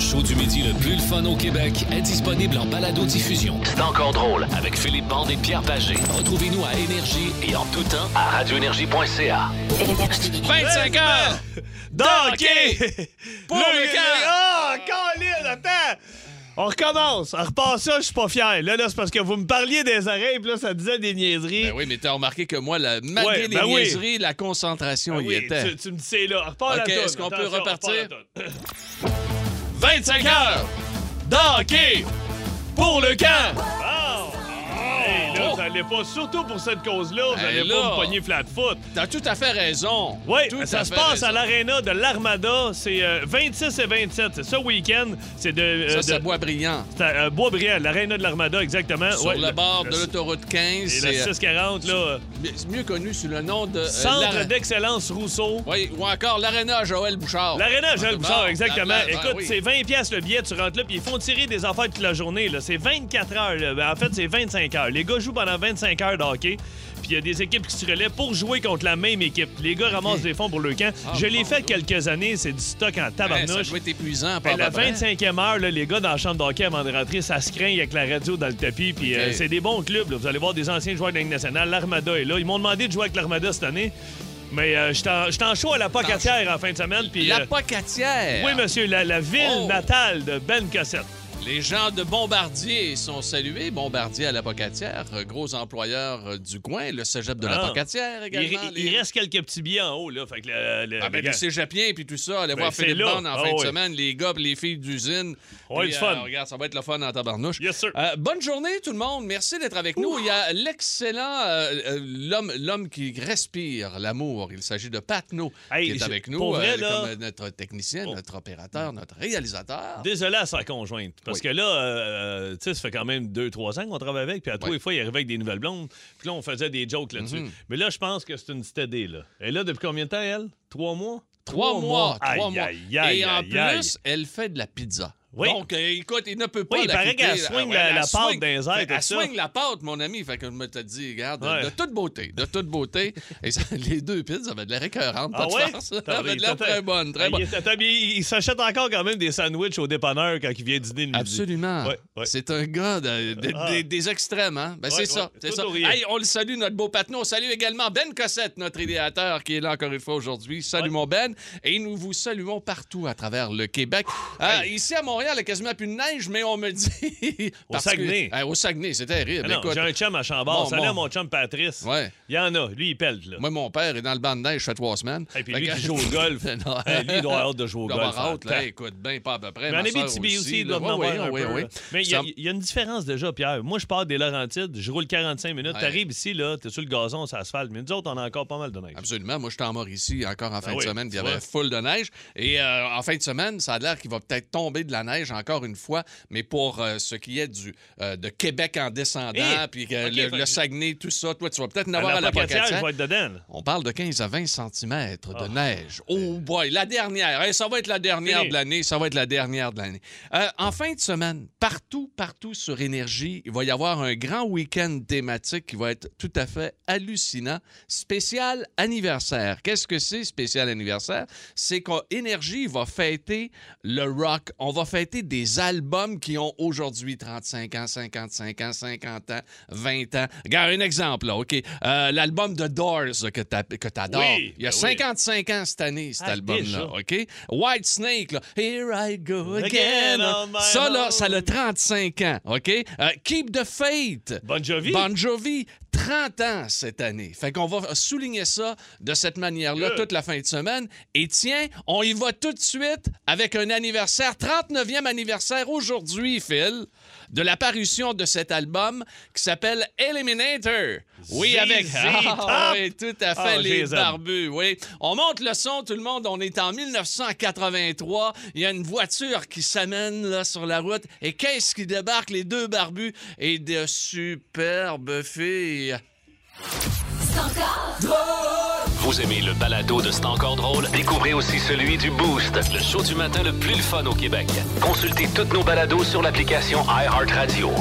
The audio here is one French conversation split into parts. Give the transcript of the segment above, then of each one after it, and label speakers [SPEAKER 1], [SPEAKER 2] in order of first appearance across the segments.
[SPEAKER 1] show du midi le plus le fun au Québec est disponible en balado-diffusion. C'est encore drôle avec Philippe Bande et Pierre Pagé. Retrouvez-nous à Énergie et en tout temps à radioénergie.ca.
[SPEAKER 2] 25 heures d'hockey pour le camp.
[SPEAKER 3] Ah, Colin, attends! On recommence. On repart ça, je suis pas fier. Là, là c'est parce que vous me parliez des oreilles, puis là, ça disait des niaiseries.
[SPEAKER 2] Ben oui, mais t'as remarqué que moi, la, malgré
[SPEAKER 3] Ouais,
[SPEAKER 2] les
[SPEAKER 3] ben oui.
[SPEAKER 2] niaiseries, la concentration
[SPEAKER 3] Ah
[SPEAKER 2] y
[SPEAKER 3] oui,
[SPEAKER 2] était.
[SPEAKER 3] Tu, tu me dis, c'est là. On repart la
[SPEAKER 2] Ok,
[SPEAKER 3] toune.
[SPEAKER 2] est-ce qu'on peut
[SPEAKER 3] Attention, on repart
[SPEAKER 2] repartir?
[SPEAKER 3] la toune.
[SPEAKER 2] 25 heures d'hockey pour le camp.
[SPEAKER 3] Bon. Hey, là,
[SPEAKER 2] Oh.
[SPEAKER 3] vous allez pas, surtout pour cette cause-là, vous
[SPEAKER 2] Ben
[SPEAKER 3] allez
[SPEAKER 2] là.
[SPEAKER 3] pas me pogner flat foot.
[SPEAKER 2] T'as tout à fait raison.
[SPEAKER 3] Oui,
[SPEAKER 2] Tout
[SPEAKER 3] ça se
[SPEAKER 2] fait
[SPEAKER 3] passe à
[SPEAKER 2] raison.
[SPEAKER 3] l'aréna de l'Armada. C'est euh, 26 et 27. C'est ce week-end. C'est de, euh,
[SPEAKER 2] Ça,
[SPEAKER 3] de-
[SPEAKER 2] c'est bois brillant.
[SPEAKER 3] c'est à, euh, Boisbriand, l'aréna de l'Armada, exactement.
[SPEAKER 2] Sur
[SPEAKER 3] Ouais,
[SPEAKER 2] le bord de
[SPEAKER 3] le-
[SPEAKER 2] l'autoroute 15,
[SPEAKER 3] Et la
[SPEAKER 2] c'est euh,
[SPEAKER 3] 640, là. euh,
[SPEAKER 2] mi- mieux connu sous le nom de... euh,
[SPEAKER 3] Centre
[SPEAKER 2] l'ar-
[SPEAKER 3] d'excellence Rousseau.
[SPEAKER 2] Oui, ou encore l'aréna Joël Bouchard.
[SPEAKER 3] L'aréna Joël
[SPEAKER 2] Bon,
[SPEAKER 3] Bouchard, exactement.
[SPEAKER 2] la place,
[SPEAKER 3] Écoute,
[SPEAKER 2] ah oui.
[SPEAKER 3] c'est 20 pièces le billet, tu rentres là, puis ils font tirer des affaires toute la journée. là. C'est 24 heures. là. Ben, En fait, c'est 25 heures. Les gars jouent pendant 25 heures de hockey, puis il y a des équipes qui se relaient pour jouer contre la même équipe. Les gars ramassent des fonds pour le camp.
[SPEAKER 2] Ah,
[SPEAKER 3] Je l'ai
[SPEAKER 2] bon,
[SPEAKER 3] fait
[SPEAKER 2] oui.
[SPEAKER 3] quelques années, c'est du stock en
[SPEAKER 2] Ouais, Ça
[SPEAKER 3] tabarnouche.
[SPEAKER 2] doit être épuisant.
[SPEAKER 3] À
[SPEAKER 2] par
[SPEAKER 3] Ben, la 25e heure, là, les gars dans la chambre d'hockey avant de rentrer, ça se craint avec la radio dans le tapis. Puis
[SPEAKER 2] Ok.
[SPEAKER 3] euh, c'est des bons clubs. là. Vous allez voir des anciens joueurs de la Ligue nationale. L'Armada est là. Ils m'ont demandé de jouer avec l'Armada cette année. Mais euh, j'étais en- j'étais en show à la Pocatière en fin de semaine. Puis, euh,
[SPEAKER 2] La pocatière.
[SPEAKER 3] oui, monsieur, la, la ville
[SPEAKER 2] Oh.
[SPEAKER 3] natale de Ben Cossette.
[SPEAKER 2] Les gens de Bombardier sont salués. Bombardier à la Pocatière, euh, gros employeur euh, du coin, le cégep de la
[SPEAKER 3] Ah.
[SPEAKER 2] Pocatière
[SPEAKER 3] Il,
[SPEAKER 2] également.
[SPEAKER 3] il reste quelques petits billets en haut, là. Fait que le- le-
[SPEAKER 2] Ah, ben,
[SPEAKER 3] le gars-
[SPEAKER 2] les cégepiens puis tout ça. Allez
[SPEAKER 3] Ben,
[SPEAKER 2] voir
[SPEAKER 3] c'est
[SPEAKER 2] Philippe
[SPEAKER 3] là.
[SPEAKER 2] Bond en
[SPEAKER 3] Ah,
[SPEAKER 2] fin de
[SPEAKER 3] oui.
[SPEAKER 2] semaine. Les gars pis les filles d'usine. Puis, euh,
[SPEAKER 3] Ouais, du fun.
[SPEAKER 2] regarde, ça va être le fun en tabarnouche.
[SPEAKER 3] Yes, sir.
[SPEAKER 2] Euh, bonne journée, tout le monde. Merci d'être avec nous. Il y a l'excellent euh, euh, l'homme, l'homme qui respire l'amour. Il s'agit de Pat No,
[SPEAKER 3] Hey,
[SPEAKER 2] qui est
[SPEAKER 3] je-
[SPEAKER 2] avec nous, euh,
[SPEAKER 3] pour vrai, là-
[SPEAKER 2] comme notre technicien,
[SPEAKER 3] Oh.
[SPEAKER 2] notre opérateur, notre réalisateur.
[SPEAKER 3] Ah. Désolé à sa conjointe. Parce
[SPEAKER 2] Oui.
[SPEAKER 3] que là, euh, tu sais, ça fait quand même 2-3 ans qu'on travaille avec. Puis à tous
[SPEAKER 2] Ouais.
[SPEAKER 3] les fois, il arrivait avec des nouvelles blondes. Puis là, on faisait des jokes là-dessus.
[SPEAKER 2] Mm-hmm.
[SPEAKER 3] Mais là, je pense que c'est une petite idée, là. Et là, depuis combien de temps, elle? Trois mois?
[SPEAKER 2] Trois mois,
[SPEAKER 3] Aïe,
[SPEAKER 2] trois mois.
[SPEAKER 3] aïe, aïe,
[SPEAKER 2] Et en
[SPEAKER 3] aïe,
[SPEAKER 2] plus,
[SPEAKER 3] aïe.
[SPEAKER 2] elle fait de la pizza.
[SPEAKER 3] Oui.
[SPEAKER 2] Donc, euh, écoute, il ne peut pas.
[SPEAKER 3] Oui, il
[SPEAKER 2] la
[SPEAKER 3] paraît
[SPEAKER 2] quitter.
[SPEAKER 3] qu'elle swing
[SPEAKER 2] Ah ouais,
[SPEAKER 3] la-
[SPEAKER 2] elle
[SPEAKER 3] la pâte
[SPEAKER 2] swing.
[SPEAKER 3] dans les airs,
[SPEAKER 2] Fait-
[SPEAKER 3] tout
[SPEAKER 2] Elle
[SPEAKER 3] ça.
[SPEAKER 2] swing la pâte, mon ami. Fait que je me t'ai dit, regarde,
[SPEAKER 3] Ouais.
[SPEAKER 2] de toute beauté, de toute beauté. Et ça, les deux pizzas, ça avait de l'air écœurante, pas
[SPEAKER 3] Ah
[SPEAKER 2] de
[SPEAKER 3] ouais?
[SPEAKER 2] farce. Ça
[SPEAKER 3] Attends,
[SPEAKER 2] avait de
[SPEAKER 3] il
[SPEAKER 2] l'air
[SPEAKER 3] t'attend-
[SPEAKER 2] très bonne, très
[SPEAKER 3] Ah,
[SPEAKER 2] bonne.
[SPEAKER 3] il est- attends, mais Il il s'achète encore quand même des sandwichs au dépanneur quand il vient dîner le midi.
[SPEAKER 2] Absolument.
[SPEAKER 3] Ouais, ouais.
[SPEAKER 2] C'est un gars de- de-
[SPEAKER 3] Ah.
[SPEAKER 2] des, des extrêmes, hein? Ben,
[SPEAKER 3] Ouais,
[SPEAKER 2] c'est ça.
[SPEAKER 3] ouais.
[SPEAKER 2] c'est
[SPEAKER 3] Tout
[SPEAKER 2] ça.
[SPEAKER 3] ouvrier.
[SPEAKER 2] Hey, on le salue, notre beau patron. On salue également Ben Cossette, notre idéateur, qui est là encore une fois aujourd'hui. Salut,
[SPEAKER 3] Ouais.
[SPEAKER 2] mon Ben. Et nous vous saluons partout à travers le Québec. Ah, Ici, à Montréal, il n'y a quasiment plus de neige, mais on me dit.
[SPEAKER 3] Au
[SPEAKER 2] parce que-
[SPEAKER 3] Saguenay.
[SPEAKER 2] Ah, au Saguenay, c'est terrible.
[SPEAKER 3] Ah non,
[SPEAKER 2] Écoute,
[SPEAKER 3] J'ai un chum à Chambord.
[SPEAKER 2] Bon,
[SPEAKER 3] Salut
[SPEAKER 2] bon.
[SPEAKER 3] à mon chum Patrice.
[SPEAKER 2] Ouais.
[SPEAKER 3] Il y en a. Lui, il pèle, là.
[SPEAKER 2] Moi, mon père est dans le banc de neige, ça fait trois semaines.
[SPEAKER 3] Et puis
[SPEAKER 2] Fait
[SPEAKER 3] lui
[SPEAKER 2] que-
[SPEAKER 3] qui joue au golf.
[SPEAKER 2] Non.
[SPEAKER 3] Euh, lui, il doit avoir hâte de jouer au
[SPEAKER 2] Il doit
[SPEAKER 3] golf.
[SPEAKER 2] avoir hâte, là.
[SPEAKER 3] Attends.
[SPEAKER 2] Écoute, ben pas à peu près.
[SPEAKER 3] Mais en
[SPEAKER 2] ma sœur
[SPEAKER 3] Abitibi aussi, il doit
[SPEAKER 2] là.
[SPEAKER 3] en avoir
[SPEAKER 2] Ouais,
[SPEAKER 3] un
[SPEAKER 2] ouais,
[SPEAKER 3] peu,
[SPEAKER 2] ouais,
[SPEAKER 3] là.
[SPEAKER 2] ouais.
[SPEAKER 3] Mais il y,
[SPEAKER 2] Ça
[SPEAKER 3] a-
[SPEAKER 2] me-
[SPEAKER 3] il y a une différence déjà, Pierre. Moi, je pars des Laurentides, je roule 45 minutes.
[SPEAKER 2] Ouais.
[SPEAKER 3] T'arrives ici, là, t'es sur le gazon, ça asphalte. Mais nous autres, on a encore pas mal de neige.
[SPEAKER 2] Absolument. Moi, j'étais en Mauricie encore en fin de
[SPEAKER 3] Ben oui,
[SPEAKER 2] semaine. puis Il y
[SPEAKER 3] tu
[SPEAKER 2] avait
[SPEAKER 3] vois.
[SPEAKER 2] full de neige. Et euh, en fin de semaine, ça a l'air qu'il va peut-être tomber de la neige encore une fois. Mais pour euh, ce qui est du, euh, de Québec en descendant,
[SPEAKER 3] Eh!
[SPEAKER 2] puis euh,
[SPEAKER 3] Ok,
[SPEAKER 2] le,
[SPEAKER 3] fait- Ben,
[SPEAKER 2] le Saguenay, tout ça, toi, tu vas peut-être en
[SPEAKER 3] À
[SPEAKER 2] avoir à la
[SPEAKER 3] Pocatière,
[SPEAKER 2] Pocatière.
[SPEAKER 3] je vais Ah. être dedans. là.
[SPEAKER 2] On parle de 15 à 20 cm de neige. Oh boy, la dernière. Hey, ça va être la dernière
[SPEAKER 3] Eh. Fini.
[SPEAKER 2] de l'année. Ça va être la dernière de l'année. Euh, en fin de semaine, partout, partout sur Énergie, il va y avoir un grand week-end thématique qui va être tout à fait hallucinant. Spécial anniversaire. Qu'est-ce que c'est, spécial anniversaire? C'est qu'Énergie va fêter le rock. On va fêter des albums qui ont aujourd'hui 35 ans, 55 ans, 50 ans, 20 ans. Regarde, un exemple, là, OK? Euh, L'album de Doors euh, que t'a- que t'adores.
[SPEAKER 3] Oui,
[SPEAKER 2] Il y a
[SPEAKER 3] ben oui.
[SPEAKER 2] 55 ans cette année, cet
[SPEAKER 3] Ah,
[SPEAKER 2] album-là,
[SPEAKER 3] déjà.
[SPEAKER 2] OK? White Snake, là. Here I go again.
[SPEAKER 3] Again on my
[SPEAKER 2] ça, là,
[SPEAKER 3] own.
[SPEAKER 2] ça a 35 ans, OK? Euh, Keep the Faith.
[SPEAKER 3] Bon Jovi.
[SPEAKER 2] Bon Jovi, 30 ans cette année. Fait qu'on va souligner ça de cette manière-là
[SPEAKER 3] Good.
[SPEAKER 2] toute la fin de semaine. Et tiens, on y va tout de suite avec un anniversaire, 39e anniversaire aujourd'hui, Phil, de la parution de cet album qui s'appelle Eliminator. Oui,
[SPEAKER 3] ZZ
[SPEAKER 2] avec... Ah,
[SPEAKER 3] Top.
[SPEAKER 2] oui, tout à fait,
[SPEAKER 3] Ah, je
[SPEAKER 2] les
[SPEAKER 3] les aime.
[SPEAKER 2] barbus, oui. On monte le son, tout le monde. On est en 1983. Il y a une voiture qui s'amène là sur la route. Et qu'est-ce qui débarque? Les deux barbus et de superbes filles.
[SPEAKER 1] Vous aimez le balado de C'est encore drôle? Découvrez aussi celui du Boost, le show du matin le plus le fun au Québec. Consultez toutes nos balados sur l'application iHeartRadio.
[SPEAKER 4] Wow,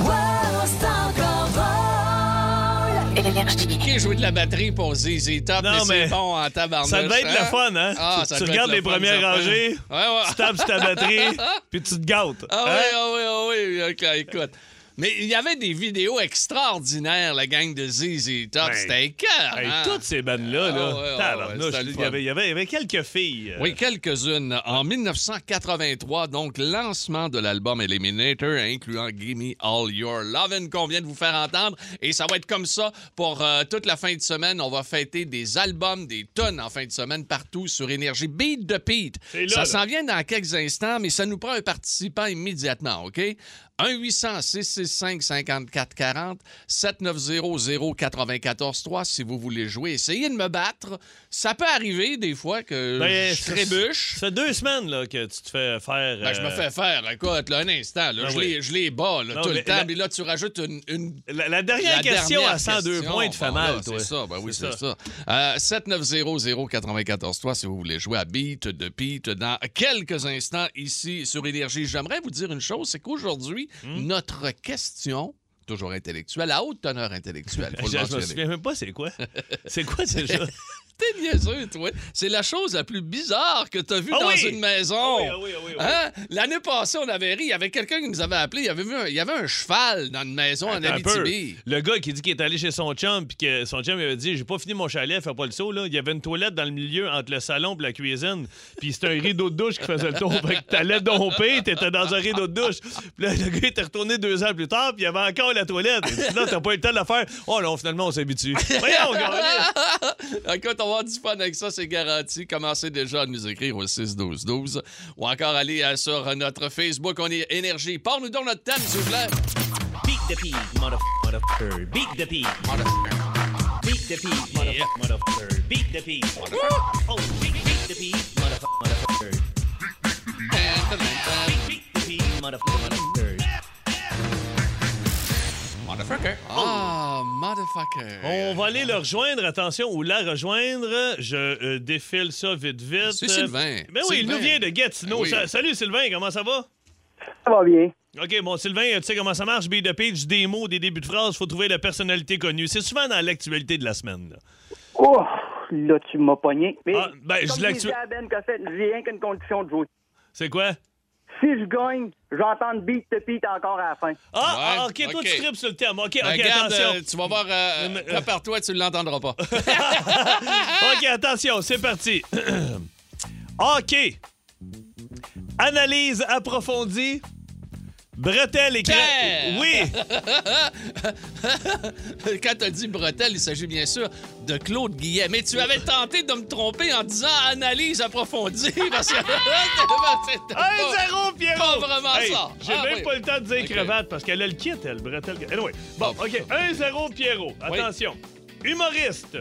[SPEAKER 4] c'est encore drôle. et l'énergie.
[SPEAKER 2] Qui a joué de la batterie pour ZZ Top?
[SPEAKER 3] Non,
[SPEAKER 2] mais,
[SPEAKER 3] mais
[SPEAKER 2] c'est bon en tabarnouche.
[SPEAKER 3] Ça devait être
[SPEAKER 2] hein?
[SPEAKER 3] le fun, hein?
[SPEAKER 2] Ah,
[SPEAKER 3] tu
[SPEAKER 2] ça
[SPEAKER 3] tu
[SPEAKER 2] devait
[SPEAKER 3] regardes
[SPEAKER 2] être
[SPEAKER 3] les
[SPEAKER 2] le fun,
[SPEAKER 3] premières
[SPEAKER 2] certain.
[SPEAKER 3] rangées,
[SPEAKER 2] Ouais, ouais.
[SPEAKER 3] tu tapes sur ta batterie, puis tu te gâtes.
[SPEAKER 2] Ah
[SPEAKER 3] Hein?
[SPEAKER 2] oui, ah oui, ah oui, ok, écoute. Mais il y avait des vidéos extraordinaires, la gang de ZZ Top.
[SPEAKER 3] Ben,
[SPEAKER 2] C'était écœurant.
[SPEAKER 3] Hey, Toutes ces bandes-là,
[SPEAKER 2] Ah
[SPEAKER 3] là.
[SPEAKER 2] ouais, ouais,
[SPEAKER 3] tabarnouche,
[SPEAKER 2] ouais, c'était le
[SPEAKER 3] il, y
[SPEAKER 2] fun.
[SPEAKER 3] avait, il y avait- il y avait quelques filles. euh,
[SPEAKER 2] Oui, quelques-unes. En 1983, donc, lancement de l'album Eliminator, incluant Gimme All Your Lovin' qu'on vient de vous faire entendre. Et ça va être comme ça pour euh, toute la fin de semaine. On va fêter des albums, des tonnes en fin de semaine partout sur Énergie. Beat de Pete.
[SPEAKER 3] C'est là,
[SPEAKER 2] ça
[SPEAKER 3] là.
[SPEAKER 2] s'en vient dans quelques instants, mais ça nous prend un participant immédiatement, OK? 1-800-665-5440, 790-094-3 si vous voulez jouer. Essayez de me battre. Ça peut arriver des fois que
[SPEAKER 3] ben,
[SPEAKER 2] Euh, je
[SPEAKER 3] ça-
[SPEAKER 2] trébuche.
[SPEAKER 3] Ça fait deux semaines là, que tu te fais faire.
[SPEAKER 2] Ben, je me
[SPEAKER 3] euh,
[SPEAKER 2] fais faire, écoute, là, un instant. là,
[SPEAKER 3] Ben
[SPEAKER 2] je,
[SPEAKER 3] oui.
[SPEAKER 2] les, je les bats là,
[SPEAKER 3] Non,
[SPEAKER 2] tout
[SPEAKER 3] mais
[SPEAKER 2] le temps.
[SPEAKER 3] la-
[SPEAKER 2] Mais là, tu rajoutes une, une
[SPEAKER 3] euh, La, la dernière
[SPEAKER 2] la
[SPEAKER 3] question
[SPEAKER 2] dernière
[SPEAKER 3] à 102
[SPEAKER 2] question.
[SPEAKER 3] points, tu fais
[SPEAKER 2] Bon,
[SPEAKER 3] mal,
[SPEAKER 2] là,
[SPEAKER 3] toi.
[SPEAKER 2] C'est ça, ben oui, c'est ça. Euh, 790-094 toi, si vous voulez jouer à Beat de Pete dans quelques instants ici sur Énergie. J'aimerais vous dire une chose, c'est qu'aujourd'hui,
[SPEAKER 3] Hmm?
[SPEAKER 2] notre question, toujours intellectuelle, à haute teneur intellectuelle, faut le
[SPEAKER 3] Je, je me
[SPEAKER 2] mentionner.
[SPEAKER 3] souviens même pas c'est quoi. C'est quoi déjà?
[SPEAKER 2] T'es niaiseux, toi. C'est la chose la plus bizarre que t'as vue
[SPEAKER 3] Ah
[SPEAKER 2] dans
[SPEAKER 3] oui!
[SPEAKER 2] une maison.
[SPEAKER 3] Ah oui, ah oui, ah oui, ah oui.
[SPEAKER 2] Hein? L'année passée, on avait ri. Il y avait quelqu'un qui nous avait appelé. Il y avait, vu un- il y avait un cheval dans une maison en
[SPEAKER 3] Attends un peu.
[SPEAKER 2] Abitibi.
[SPEAKER 3] Le gars qui dit qu'il est allé chez son chum puis que son chum il avait dit j'ai pas fini mon chalet, fais pas le saut là. Il y avait une toilette dans le milieu entre le salon et la cuisine. Puis c'était un rideau de douche qui faisait le tour. Fait que t'allais domper, t'étais dans un rideau de douche. Puis là, le gars était retourné deux ans plus tard, puis il y avait encore la toilette. Il dit, Là, t'as pas eu le temps de la faire. Oh non, finalement Oh, on s'habitue. Voyons, gars.
[SPEAKER 2] Écoute, on va avoir du fun avec ça, c'est garanti. Commencez déjà à nous écrire au 6-12-12 ou encore aller euh, sur notre Facebook. On est Énergie. Parle-nous donc notre thème, s'il vous plaît.
[SPEAKER 5] Beat the pig, motherfucker. Beat the pig. Beat the pig, motherfucker. Beat the pig. Oh, beat, beat the pig, motherfucker. Beat the pig, motherfucker.
[SPEAKER 2] Ah, motherfucker.
[SPEAKER 3] Oh. On va aller le rejoindre, attention, ou la rejoindre. Je euh, défile ça vite, vite.
[SPEAKER 2] C'est Sylvain.
[SPEAKER 3] Mais oui, il
[SPEAKER 2] Sylvain.
[SPEAKER 3] nous vient de Gatineau.
[SPEAKER 2] Ah oui.
[SPEAKER 3] Sa- Salut Sylvain, comment ça va?
[SPEAKER 6] Ça va bien.
[SPEAKER 3] OK, bon, Sylvain, tu sais comment ça marche, beat the page, des mots, des débuts de phrases, faut trouver la personnalité connue. C'est souvent dans l'actualité de la semaine. là.
[SPEAKER 6] Oh, là, tu m'as pogné. Mais
[SPEAKER 3] Ah, ben, je
[SPEAKER 6] comme
[SPEAKER 3] l'actu-
[SPEAKER 6] disais à Ben Cossette, j'ai rien qu'une condition de jouer.
[SPEAKER 3] C'est quoi?
[SPEAKER 6] Si je gagne, j'entends le beat de Pete encore à la fin.
[SPEAKER 3] Ah, ah,
[SPEAKER 2] Ouais,
[SPEAKER 3] OK, toi,
[SPEAKER 2] OK.
[SPEAKER 3] tu tripes sur le thème. OK,
[SPEAKER 2] Ben,
[SPEAKER 3] OK,
[SPEAKER 2] regarde,
[SPEAKER 3] attention.
[SPEAKER 2] euh, tu vas voir, euh,
[SPEAKER 3] Mais-
[SPEAKER 2] prépare-toi, tu l'entendras pas.
[SPEAKER 3] OK, attention, c'est parti. OK. Analyse approfondie. Bretelle et cra-
[SPEAKER 2] Pierre!
[SPEAKER 3] Oui!
[SPEAKER 2] Quand t'as dit bretelle, il s'agit bien sûr de Claude Guillet. Mais tu avais tenté de me tromper en disant analyse approfondie parce que. C'était pas-
[SPEAKER 3] 1-0, Pierrot!
[SPEAKER 2] Pas vraiment
[SPEAKER 3] Hey,
[SPEAKER 2] ça.
[SPEAKER 3] J'ai
[SPEAKER 2] Ah,
[SPEAKER 3] même
[SPEAKER 2] oui.
[SPEAKER 3] pas le temps de dire
[SPEAKER 2] Ok. Ah,
[SPEAKER 3] cravate parce qu'elle a le kit, elle, bretelle. Anyway. Bon,
[SPEAKER 2] Bon,
[SPEAKER 3] OK. 1-0, Pierrot.
[SPEAKER 2] Oui.
[SPEAKER 3] Attention. Humoriste.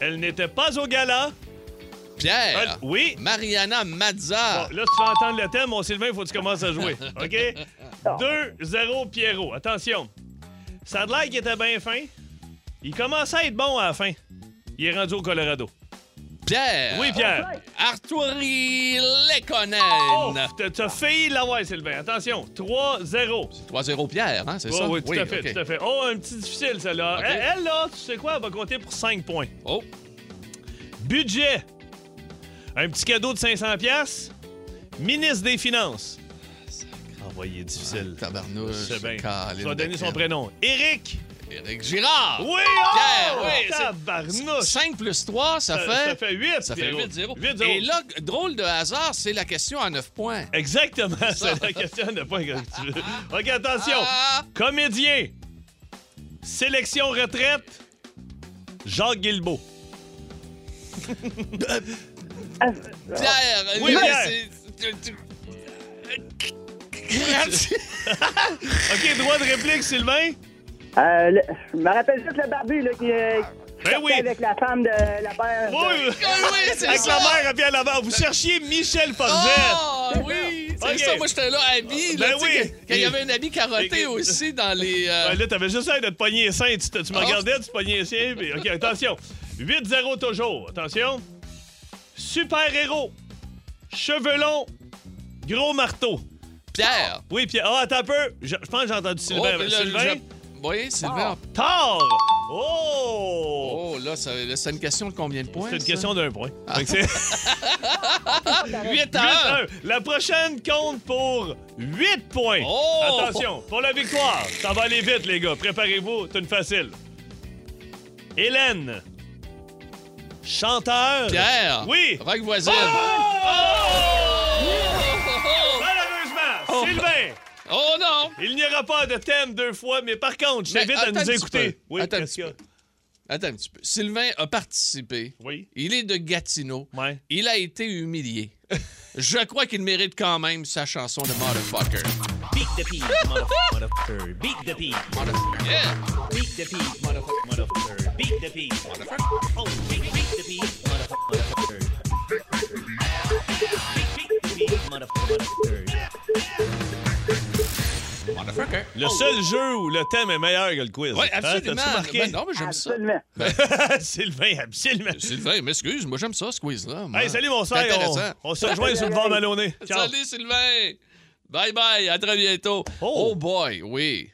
[SPEAKER 3] Elle n'était pas au gala. Elle-
[SPEAKER 2] Pierre.
[SPEAKER 3] Oui.
[SPEAKER 2] Mariana Mazza.
[SPEAKER 3] Bon, là, tu vas entendre le thème. Mon Sylvain, il faut que tu commences à jouer. OK? 2-0, Pierrot. Attention. Ça a l'air qu'il était bien fin. Il commençait à être bon à la fin. Il est rendu au Colorado.
[SPEAKER 2] Pierre.
[SPEAKER 3] Oui, Pierre.
[SPEAKER 2] Arturi Lekonen.
[SPEAKER 3] Oh, t'as- t'as failli l'avoir, Sylvain. Attention. 3-0.
[SPEAKER 2] 3-0 Pierre, hein, c'est
[SPEAKER 3] Oui,
[SPEAKER 2] ça?
[SPEAKER 3] Oh, oui, tout à fait,
[SPEAKER 2] ok.
[SPEAKER 3] tout à fait. Oh, un petit difficile, celle-là.
[SPEAKER 2] Ok.
[SPEAKER 3] Elle, elle, là, tu sais quoi, elle va compter pour 5 points.
[SPEAKER 2] Oh,
[SPEAKER 3] Budget. Un petit cadeau de 500 pièces. Ministre des Finances. Ah, Envoyé difficile.
[SPEAKER 2] tabarnouche.
[SPEAKER 3] C'est bien.
[SPEAKER 2] Caline
[SPEAKER 3] Tu vas donner
[SPEAKER 2] de
[SPEAKER 3] son
[SPEAKER 2] crème.
[SPEAKER 3] prénom. Éric.
[SPEAKER 2] Éric Girard.
[SPEAKER 3] Oui, oh!
[SPEAKER 2] Pierre, oui, Ah! c'est-
[SPEAKER 3] Tabarnouche.
[SPEAKER 2] 5 plus 3, ça, fait...
[SPEAKER 3] ça fait 8.
[SPEAKER 2] ça fait 8-0.
[SPEAKER 3] 8-0.
[SPEAKER 2] Et là, drôle de hasard, c'est la question à 9 points.
[SPEAKER 3] Exactement, c'est la question de point que tu veux. OK, attention.
[SPEAKER 2] Ah!
[SPEAKER 3] Comédien. Sélection retraite. Jacques Guilbeault.
[SPEAKER 2] Pierre,
[SPEAKER 3] Oui,
[SPEAKER 2] là,
[SPEAKER 3] Pierre.
[SPEAKER 2] c'est- tu- tu-
[SPEAKER 3] OK, droit de réplique, Sylvain.
[SPEAKER 6] Euh, le- Je me rappelle juste le barbu là, qui, euh, qui
[SPEAKER 3] Ben
[SPEAKER 6] sortait
[SPEAKER 3] oui.
[SPEAKER 6] avec la femme de la mère.
[SPEAKER 3] Oui, oui.
[SPEAKER 2] Ah oui, c'est
[SPEAKER 3] Avec
[SPEAKER 2] ça.
[SPEAKER 3] la mère à Pierre Lavard. Vous cherchiez Michel Forget.
[SPEAKER 2] Ah oui! C'est
[SPEAKER 3] Ok.
[SPEAKER 2] ça, moi j'étais là, habillé.
[SPEAKER 3] Ben oui.
[SPEAKER 2] Quand il y avait un habit carotté
[SPEAKER 3] Et-
[SPEAKER 2] aussi dans les. euh,
[SPEAKER 3] Ouais, Ah, là, t'avais juste l'air de te pogner les seins. Tu, te- tu
[SPEAKER 2] Oh!
[SPEAKER 3] me regardais, tu te pognais les seins. puis- OK, attention. 8-0 toujours. Attention. Super-héros. Cheveux longs. Gros marteau.
[SPEAKER 2] Pierre!
[SPEAKER 3] Oui, Pierre. Ah, attends un peu. Je, je pense que j'ai entendu Sylvain.
[SPEAKER 2] Oh, mais là,
[SPEAKER 3] Sylvain.
[SPEAKER 2] je- Oui, Sylvain.
[SPEAKER 3] Thor. Oh!
[SPEAKER 2] Oh, là, ça- là, c'est une question de combien de points?
[SPEAKER 3] C'est une
[SPEAKER 2] ça? Ah.
[SPEAKER 3] question d'un point. Fait que c'est-
[SPEAKER 2] 8 à 1.
[SPEAKER 3] 8-1. La prochaine compte pour 8 points.
[SPEAKER 2] Oh!
[SPEAKER 3] Attention, pour la victoire, ça va aller vite, les gars. Préparez-vous, c'est une facile. Hélène, chanteur.
[SPEAKER 2] Pierre.
[SPEAKER 3] Oui.
[SPEAKER 2] Rock voisine.
[SPEAKER 3] Malheureusement,
[SPEAKER 2] Oh.
[SPEAKER 3] Sylvain,
[SPEAKER 2] Oh non!
[SPEAKER 3] il n'y aura pas de thème deux fois, mais par contre, je
[SPEAKER 2] Mais
[SPEAKER 3] t'invite à
[SPEAKER 2] attends un
[SPEAKER 3] nous
[SPEAKER 2] petit
[SPEAKER 3] écouter.
[SPEAKER 2] peu. Attends un
[SPEAKER 3] qu'est-ce
[SPEAKER 2] petit
[SPEAKER 3] qu'il y a?
[SPEAKER 2] Attends un petit peu. Sylvain a participé.
[SPEAKER 3] Oui.
[SPEAKER 2] Il est de Gatineau.
[SPEAKER 3] Ouais.
[SPEAKER 2] Il a été humilié. Je crois qu'il mérite quand même sa chanson de Motherfucker.
[SPEAKER 5] Beat the pig, motherfucker. Beat the pig.
[SPEAKER 2] Motherfucker. Yeah.
[SPEAKER 5] Beat the pig, motherfucker. Beat the pig. Oh, beat, beat the pig, motherfucker. Beat, beat the pig, motherfucker.
[SPEAKER 2] Motherfucker.
[SPEAKER 3] Le seul jeu où le thème est meilleur que le quiz.
[SPEAKER 2] Oui,
[SPEAKER 3] Hein,
[SPEAKER 2] absolument.
[SPEAKER 3] t'as-tu marqué?
[SPEAKER 2] Ben non, mais j'aime ça.
[SPEAKER 6] Absolument.
[SPEAKER 3] Sylvain, absolument.
[SPEAKER 2] Sylvain, m'excuse, moi j'aime ça, ce quiz-là. moi.
[SPEAKER 3] Hey, salut mon
[SPEAKER 2] C'est
[SPEAKER 3] frère.
[SPEAKER 2] intéressant.
[SPEAKER 3] On, on se rejoint sur le bord Maloney. Ciao.
[SPEAKER 2] Salut Sylvain! Bye bye, à très bientôt.
[SPEAKER 3] Oh.
[SPEAKER 2] Oh, boy, oui.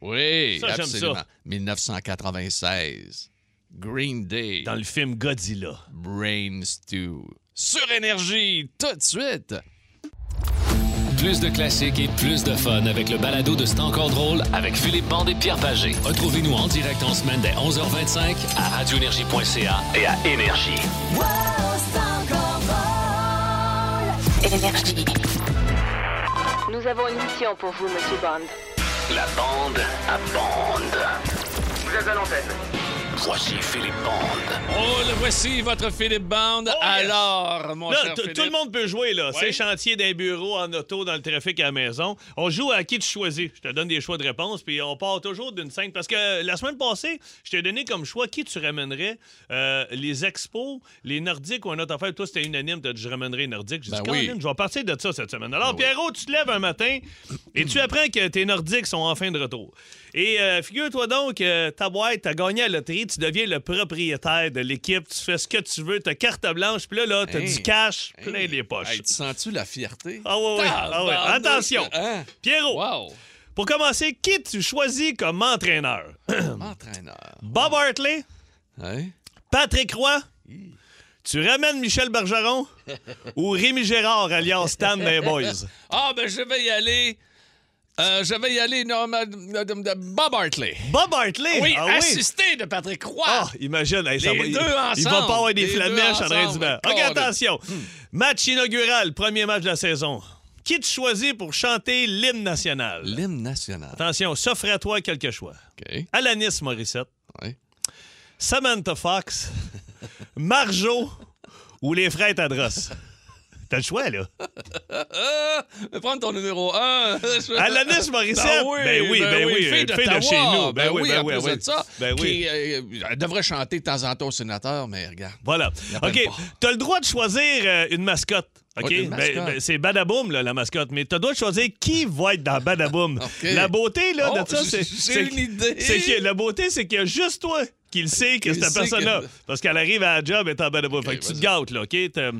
[SPEAKER 2] Oui,
[SPEAKER 3] Ça, j'aime
[SPEAKER 2] absolument.
[SPEAKER 3] ça.
[SPEAKER 2] 1996. Green Day.
[SPEAKER 3] Dans le film Godzilla.
[SPEAKER 2] Brain Stew. Sur énergie, tout de suite.
[SPEAKER 1] Plus de classiques et plus de fun avec le balado de C'est encore drôle avec Philippe Bande et Pierre Pagé. Retrouvez-nous en direct en semaine dès 11h25 à radioénergie.ca et à Énergie.
[SPEAKER 4] Nous avons une mission pour vous, Monsieur Bond.
[SPEAKER 1] La bande à bande. Vous êtes à l'antenne. Voici Philippe Bande.
[SPEAKER 2] Oh, le voici, votre Philippe Bande.
[SPEAKER 3] Oh, yes.
[SPEAKER 2] Alors, mon
[SPEAKER 3] Là,
[SPEAKER 2] cher
[SPEAKER 3] t-
[SPEAKER 2] Philippe.
[SPEAKER 3] tout le monde peut jouer, là. C'est
[SPEAKER 2] Ouais.
[SPEAKER 3] chantier d'un bureau, en auto, dans le trafic à la maison. On joue à qui tu choisis. Je te donne des choix de réponse, puis on part toujours d'une scène. Parce que euh, la semaine passée, je t'ai donné comme choix qui tu ramènerais Euh, les expos, les Nordiques ou un autre affaire. Toi, c'était unanime, t'as dit je ramènerais les Nordiques. J'ai
[SPEAKER 2] Ben
[SPEAKER 3] dit,
[SPEAKER 2] oui.
[SPEAKER 3] Caroline, je vais partir de ça cette semaine.
[SPEAKER 2] Ah
[SPEAKER 3] Alors, Pierrot, tu te lèves un matin et tu apprends que tes Nordiques sont enfin de retour. Et euh, figure-toi donc, euh, ta boîte, t'as gagné à la loterie, tu deviens le propriétaire de l'équipe, tu fais ce que tu veux, t'as carte blanche, puis là, là, t'as
[SPEAKER 2] Hey.
[SPEAKER 3] du cash plein
[SPEAKER 2] Hey,
[SPEAKER 3] les poches.
[SPEAKER 2] hey, tu sens-tu la fierté?
[SPEAKER 3] Ah ouais, ouais, ah ouais.
[SPEAKER 2] Tabarnak,
[SPEAKER 3] Attention.
[SPEAKER 2] hein?
[SPEAKER 3] Pierrot,
[SPEAKER 2] Wow.
[SPEAKER 3] pour commencer, qui tu choisis comme entraîneur?
[SPEAKER 2] Entraîneur.
[SPEAKER 3] Bob Hartley?
[SPEAKER 2] Hein?
[SPEAKER 3] Patrick Roy? Tu ramènes Michel Bergeron ou Rémi Gérard, alliance Tam des Boys?
[SPEAKER 2] Ah, ben, je vais y aller. Euh, je vais y aller, non, ma- ma- ma- Bob Hartley.
[SPEAKER 3] Bob Hartley?
[SPEAKER 2] Oui,
[SPEAKER 3] ah
[SPEAKER 2] assisté de Patrick Roy.
[SPEAKER 3] Ah, imagine, hey, ça
[SPEAKER 2] Les
[SPEAKER 3] va- il,
[SPEAKER 2] deux
[SPEAKER 3] il va
[SPEAKER 2] ensemble.
[SPEAKER 3] pas avoir des
[SPEAKER 2] Les deux
[SPEAKER 3] flamèches en train
[SPEAKER 2] ensemble. ben, Hmm.
[SPEAKER 3] du banc. OK,
[SPEAKER 2] Colin.
[SPEAKER 3] attention. Match inaugural, premier match de la saison. Qui tu choisis pour chanter l'hymne national?
[SPEAKER 2] L'hymne national.
[SPEAKER 3] Attention, s'offre à toi quelques choix.
[SPEAKER 2] OK.
[SPEAKER 3] Alanis Morissette,
[SPEAKER 2] Ouais.
[SPEAKER 3] Samantha Fox, Marjo ou les frères Tadros. T'as le choix, là.
[SPEAKER 2] Euh, je vais prendre ton numéro 1.
[SPEAKER 3] Alanis Morissette. Ben oui, ben oui,
[SPEAKER 2] Fille
[SPEAKER 3] une
[SPEAKER 2] de,
[SPEAKER 3] fille de chez nous.
[SPEAKER 2] Ben,
[SPEAKER 3] Ben oui,
[SPEAKER 2] oui,
[SPEAKER 3] ben
[SPEAKER 2] en
[SPEAKER 3] oui,
[SPEAKER 2] plus
[SPEAKER 3] oui.
[SPEAKER 2] de ça.
[SPEAKER 3] Ben oui.
[SPEAKER 2] Qui, euh, elle devrait chanter de temps en temps au sénateur, mais regarde.
[SPEAKER 3] Voilà.
[SPEAKER 2] Y a pas
[SPEAKER 3] OK.
[SPEAKER 2] de part.
[SPEAKER 3] T'as le droit de choisir euh, une mascotte. OK?
[SPEAKER 2] Ouais, une mascotte.
[SPEAKER 3] Ben, ben, c'est Badaboom, là, la mascotte. Mais t'as le droit de choisir qui va être dans Badaboom.
[SPEAKER 2] OK.
[SPEAKER 3] La beauté, là, de
[SPEAKER 2] Oh,
[SPEAKER 3] ça, c'est.
[SPEAKER 2] j'ai
[SPEAKER 3] c'est-
[SPEAKER 2] une idée.
[SPEAKER 3] C'est que la beauté, c'est qu'il y a juste toi qui le sais que
[SPEAKER 2] Qui
[SPEAKER 3] cette
[SPEAKER 2] sait
[SPEAKER 3] personne-là.
[SPEAKER 2] que-
[SPEAKER 3] Parce qu'elle arrive à la job et en Badaboom. fait que
[SPEAKER 2] OK,
[SPEAKER 3] tu te
[SPEAKER 2] vas-y.
[SPEAKER 3] gâtes, là, OK? T'as-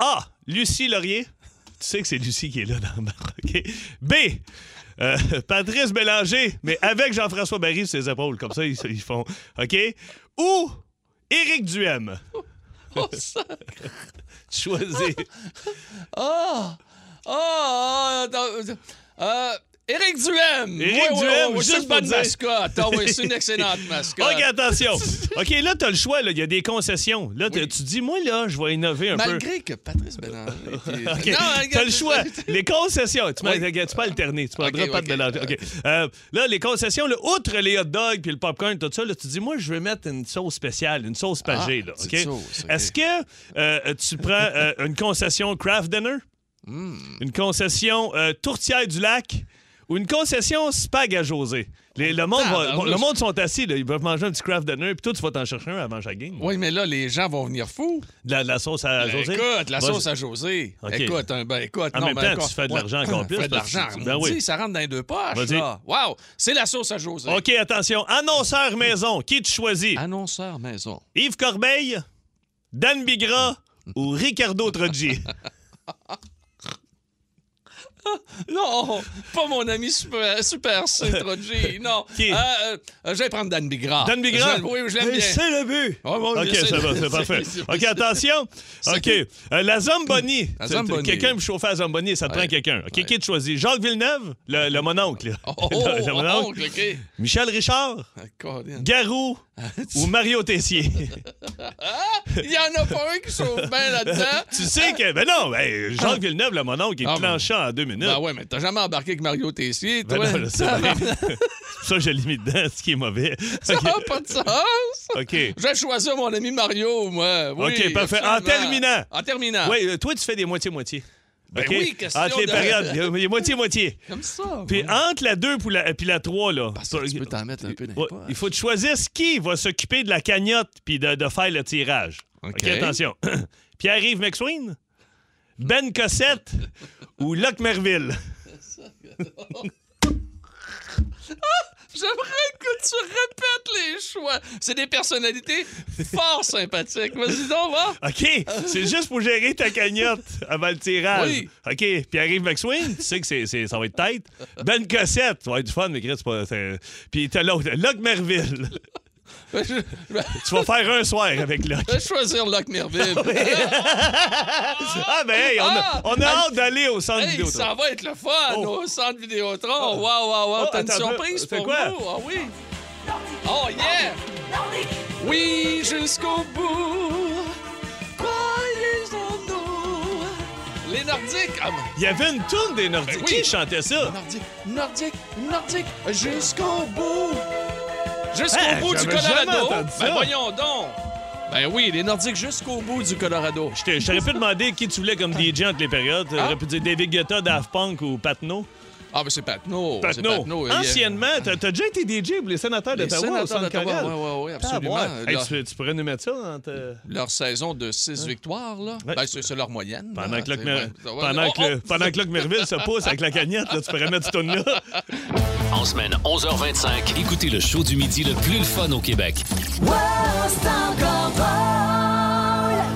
[SPEAKER 3] A. Lucie Laurier. Tu sais que c'est Lucie qui est là dans le OK? B. euh, Patrice Bélanger, mais avec Jean-François Barry sur ses épaules. Comme ça, ils, ils font. OK? Ou Éric Duhem.
[SPEAKER 2] Oh, ça.
[SPEAKER 3] Choisis.
[SPEAKER 2] Ah! Ah! attends, Euh, Éric Duhem!
[SPEAKER 3] Éric
[SPEAKER 2] oui,
[SPEAKER 3] Duhem,
[SPEAKER 2] oui, oui,
[SPEAKER 3] juste
[SPEAKER 2] ça, c'est
[SPEAKER 3] pour
[SPEAKER 2] pas une
[SPEAKER 3] dire.
[SPEAKER 2] mascotte. Ah oui, c'est une excellente mascotte.
[SPEAKER 3] OK, attention. OK, là, t'as le choix. là. Il y a des concessions. Là, t'as-
[SPEAKER 2] Oui.
[SPEAKER 3] tu dis, moi, là, je vais innover un peu.
[SPEAKER 2] Malgré que Patrice Bélanger était...
[SPEAKER 3] OK, t'as le choix. Les concessions. Tu, m'as-
[SPEAKER 2] Oui.
[SPEAKER 3] tu peux alterner. Tu prendras
[SPEAKER 2] OK,
[SPEAKER 3] pas
[SPEAKER 2] OK.
[SPEAKER 3] de mélanger. OK. Euh, là, les concessions, là, outre les hot dogs puis le popcorn, tout ça, là, tu dis, moi, je vais mettre une sauce spéciale, une sauce pagée.
[SPEAKER 2] Ah,
[SPEAKER 3] là,
[SPEAKER 2] petite
[SPEAKER 3] OK?
[SPEAKER 2] sauce, OK.
[SPEAKER 3] Est-ce que euh, tu prends euh, une concession Kraft Dinner?
[SPEAKER 2] Hmm.
[SPEAKER 3] Une concession euh, Tourtière du Lac? Ou une concession Spag à José? Les- le, monde va-
[SPEAKER 2] Tabarnouche.
[SPEAKER 3] le monde sont assis, là, ils peuvent manger un petit Kraft Dinner, puis toi, tu vas t'en chercher un avant chaque game.
[SPEAKER 2] Oui, mais là, les gens vont venir fous.
[SPEAKER 3] De la, de la sauce à
[SPEAKER 2] Ben,
[SPEAKER 3] José?
[SPEAKER 2] Écoute, la
[SPEAKER 3] Vas-y.
[SPEAKER 2] sauce à José.
[SPEAKER 3] OK.
[SPEAKER 2] Écoute, un, ben, écoute,
[SPEAKER 3] En
[SPEAKER 2] non,
[SPEAKER 3] même
[SPEAKER 2] ben,
[SPEAKER 3] temps,
[SPEAKER 2] encore-
[SPEAKER 3] tu fais de
[SPEAKER 2] Ouais.
[SPEAKER 3] l'argent encore plus,
[SPEAKER 2] Fais de
[SPEAKER 3] parce que
[SPEAKER 2] l'argent.
[SPEAKER 3] tu- ben
[SPEAKER 2] maudit,
[SPEAKER 3] oui.
[SPEAKER 2] Ça rentre dans les deux poches.
[SPEAKER 3] Vas-y.
[SPEAKER 2] là. Wow, c'est la sauce à José.
[SPEAKER 3] OK, attention. Annonceur maison, qui tu choisis?
[SPEAKER 2] Annonceur maison.
[SPEAKER 3] Yves Corbeil, Dan Bigra ou Ricardo Troggi?
[SPEAKER 2] non, pas mon ami Super, super C, Trotsky, non.
[SPEAKER 3] Qui?
[SPEAKER 2] Euh, euh, je vais prendre Dan Bigra.
[SPEAKER 3] Dan Bigra?
[SPEAKER 2] Je- Oui, je l'aime
[SPEAKER 3] Mais
[SPEAKER 2] bien.
[SPEAKER 3] C'est le but.
[SPEAKER 2] Ouais, ouais,
[SPEAKER 3] OK,
[SPEAKER 2] je sais.
[SPEAKER 3] ça va, c'est parfait.
[SPEAKER 2] C'est- c'est-
[SPEAKER 3] OK, attention.
[SPEAKER 2] C'est-
[SPEAKER 3] OK. Euh, la Zamboni.
[SPEAKER 2] La
[SPEAKER 3] C'est-
[SPEAKER 2] Zamboni.
[SPEAKER 3] Quelqu'un me chauffer à Zamboni, ça te
[SPEAKER 2] Ouais.
[SPEAKER 3] prend quelqu'un. OK,
[SPEAKER 2] Ouais.
[SPEAKER 3] qui te choisit? Jacques Villeneuve, le, le mononcle.
[SPEAKER 2] Oh, oh, oh,
[SPEAKER 3] le, le mononcle.
[SPEAKER 2] oncle, OK.
[SPEAKER 3] Michel Richard,
[SPEAKER 2] Ah, Colin.
[SPEAKER 3] Garou
[SPEAKER 2] Ah,
[SPEAKER 3] ou Mario Tessier.
[SPEAKER 2] Il y en a pas un qui sauve bien là-dedans.
[SPEAKER 3] tu sais que... Ben non, ben,
[SPEAKER 2] Ah.
[SPEAKER 3] Jacques Villeneuve, le mononcle, est
[SPEAKER 2] Ah, ben.
[SPEAKER 3] planchant en deux minutes.
[SPEAKER 2] Ben ouais, mais t'as jamais embarqué avec Mario Tessier,
[SPEAKER 3] Ben
[SPEAKER 2] toi.
[SPEAKER 3] non, là, c'est vrai. ça, je l'ai mis dedans, ce qui est mauvais.
[SPEAKER 2] Ça
[SPEAKER 3] OK.
[SPEAKER 2] n'a pas de sens.
[SPEAKER 3] OK.
[SPEAKER 2] Je vais choisir mon ami Mario, moi. Oui,
[SPEAKER 3] OK, parfait. En
[SPEAKER 2] absolument.
[SPEAKER 3] terminant.
[SPEAKER 2] En terminant.
[SPEAKER 3] Oui, euh, toi, tu fais des moitiés-moitiés.
[SPEAKER 2] Ah. Ben
[SPEAKER 3] OK?
[SPEAKER 2] oui, question
[SPEAKER 3] Entre les
[SPEAKER 2] de-
[SPEAKER 3] périodes, il y a- il y a moitié-moitié.
[SPEAKER 2] Comme ça.
[SPEAKER 3] Puis
[SPEAKER 2] ouais.
[SPEAKER 3] entre la 2 puis la, puis la 3, là.
[SPEAKER 2] Parce que tu peux t'en mettre un peu
[SPEAKER 3] Ouais,
[SPEAKER 2] n'importe.
[SPEAKER 3] il faut choisir qui va s'occuper de la cagnotte puis de, de faire le tirage.
[SPEAKER 2] OK.
[SPEAKER 3] OK, attention. Pierre-Yves McSween, Ben Cossette ou Locke Merville.
[SPEAKER 2] J'aimerais que tu répètes les choix. C'est des personnalités fort sympathiques. Vas-y donc, va.
[SPEAKER 3] OK, c'est juste pour gérer ta cagnotte avant le tirage.
[SPEAKER 2] Oui.
[SPEAKER 3] OK, Pierre-Yves McSween, tu sais que c'est, c'est- ça va être tête. Ben Cossette, ça va être du fun, mais Chris, c'est pas... c'est- Puis t'as l'autre, Locke Merville.
[SPEAKER 2] Je vais-
[SPEAKER 3] Tu vas faire un soir avec Locke.
[SPEAKER 2] je vais choisir Locke Merville.
[SPEAKER 3] Ah ben, hey, on a, on a
[SPEAKER 2] Ah!
[SPEAKER 3] hâte d'aller au centre
[SPEAKER 2] Hey,
[SPEAKER 3] vidéo.
[SPEAKER 2] ça va être le fun
[SPEAKER 3] Oh.
[SPEAKER 2] au centre Vidéotron. Waouh, waouh, waouh.
[SPEAKER 3] Oh,
[SPEAKER 2] T'as une
[SPEAKER 3] attends un peu.
[SPEAKER 2] surprise
[SPEAKER 3] C'est
[SPEAKER 2] pour
[SPEAKER 3] quoi?
[SPEAKER 2] nous. Ah oui. Oh yeah. Oui, jusqu'au bout. Croyez en nous. Les Nordiques. Ah, mais-
[SPEAKER 3] Il y avait une tourne des Nordiques.
[SPEAKER 2] Ben oui.
[SPEAKER 3] Qui chantait ça?
[SPEAKER 2] Nordique, Nordique, Nordique, jusqu'au bout. Jusqu'au
[SPEAKER 3] Hein,
[SPEAKER 2] bout du
[SPEAKER 3] j'avais jamais
[SPEAKER 2] Colorado.
[SPEAKER 3] entendu ça.
[SPEAKER 2] Ben voyons donc. Ben oui, les Nordiques jusqu'au bout du Colorado.
[SPEAKER 3] Je t'ai- je t'aurais pu demander qui tu voulais comme DJ entre les périodes. J'aurais pu dire David Guetta, Daft Punk ou Patno.
[SPEAKER 2] Ah, ben c'est Patno. c'est Patno. Il y a-
[SPEAKER 3] Anciennement, t'as t'as déjà été DJ pour les sénateurs
[SPEAKER 2] Les
[SPEAKER 3] d'Ottawa au
[SPEAKER 2] sénateurs
[SPEAKER 3] Centre
[SPEAKER 2] d'Ottawa,
[SPEAKER 3] Carrel.
[SPEAKER 2] ouais, ouais, ouais,
[SPEAKER 3] Ah,
[SPEAKER 2] absolument. Ah,
[SPEAKER 3] ouais. Hey,
[SPEAKER 2] Leur-
[SPEAKER 3] tu, tu pourrais nous mettre ça entre, euh,
[SPEAKER 2] Leur saison de six victoires, là,
[SPEAKER 3] Ouais.
[SPEAKER 2] ben, c'est c'est leur moyenne.
[SPEAKER 3] pendant,
[SPEAKER 2] là.
[SPEAKER 3] que Locke
[SPEAKER 2] C'est-
[SPEAKER 3] Mer-
[SPEAKER 2] ouais, ça va-
[SPEAKER 3] pendant,
[SPEAKER 2] Oh,
[SPEAKER 3] que, le-
[SPEAKER 2] oh!
[SPEAKER 3] pendant que Locke Merville se pousse avec la cagnotte, là, tu pourrais mettre ce tune là
[SPEAKER 1] En semaine 11h25, écoutez le show du midi le plus le fun au Québec.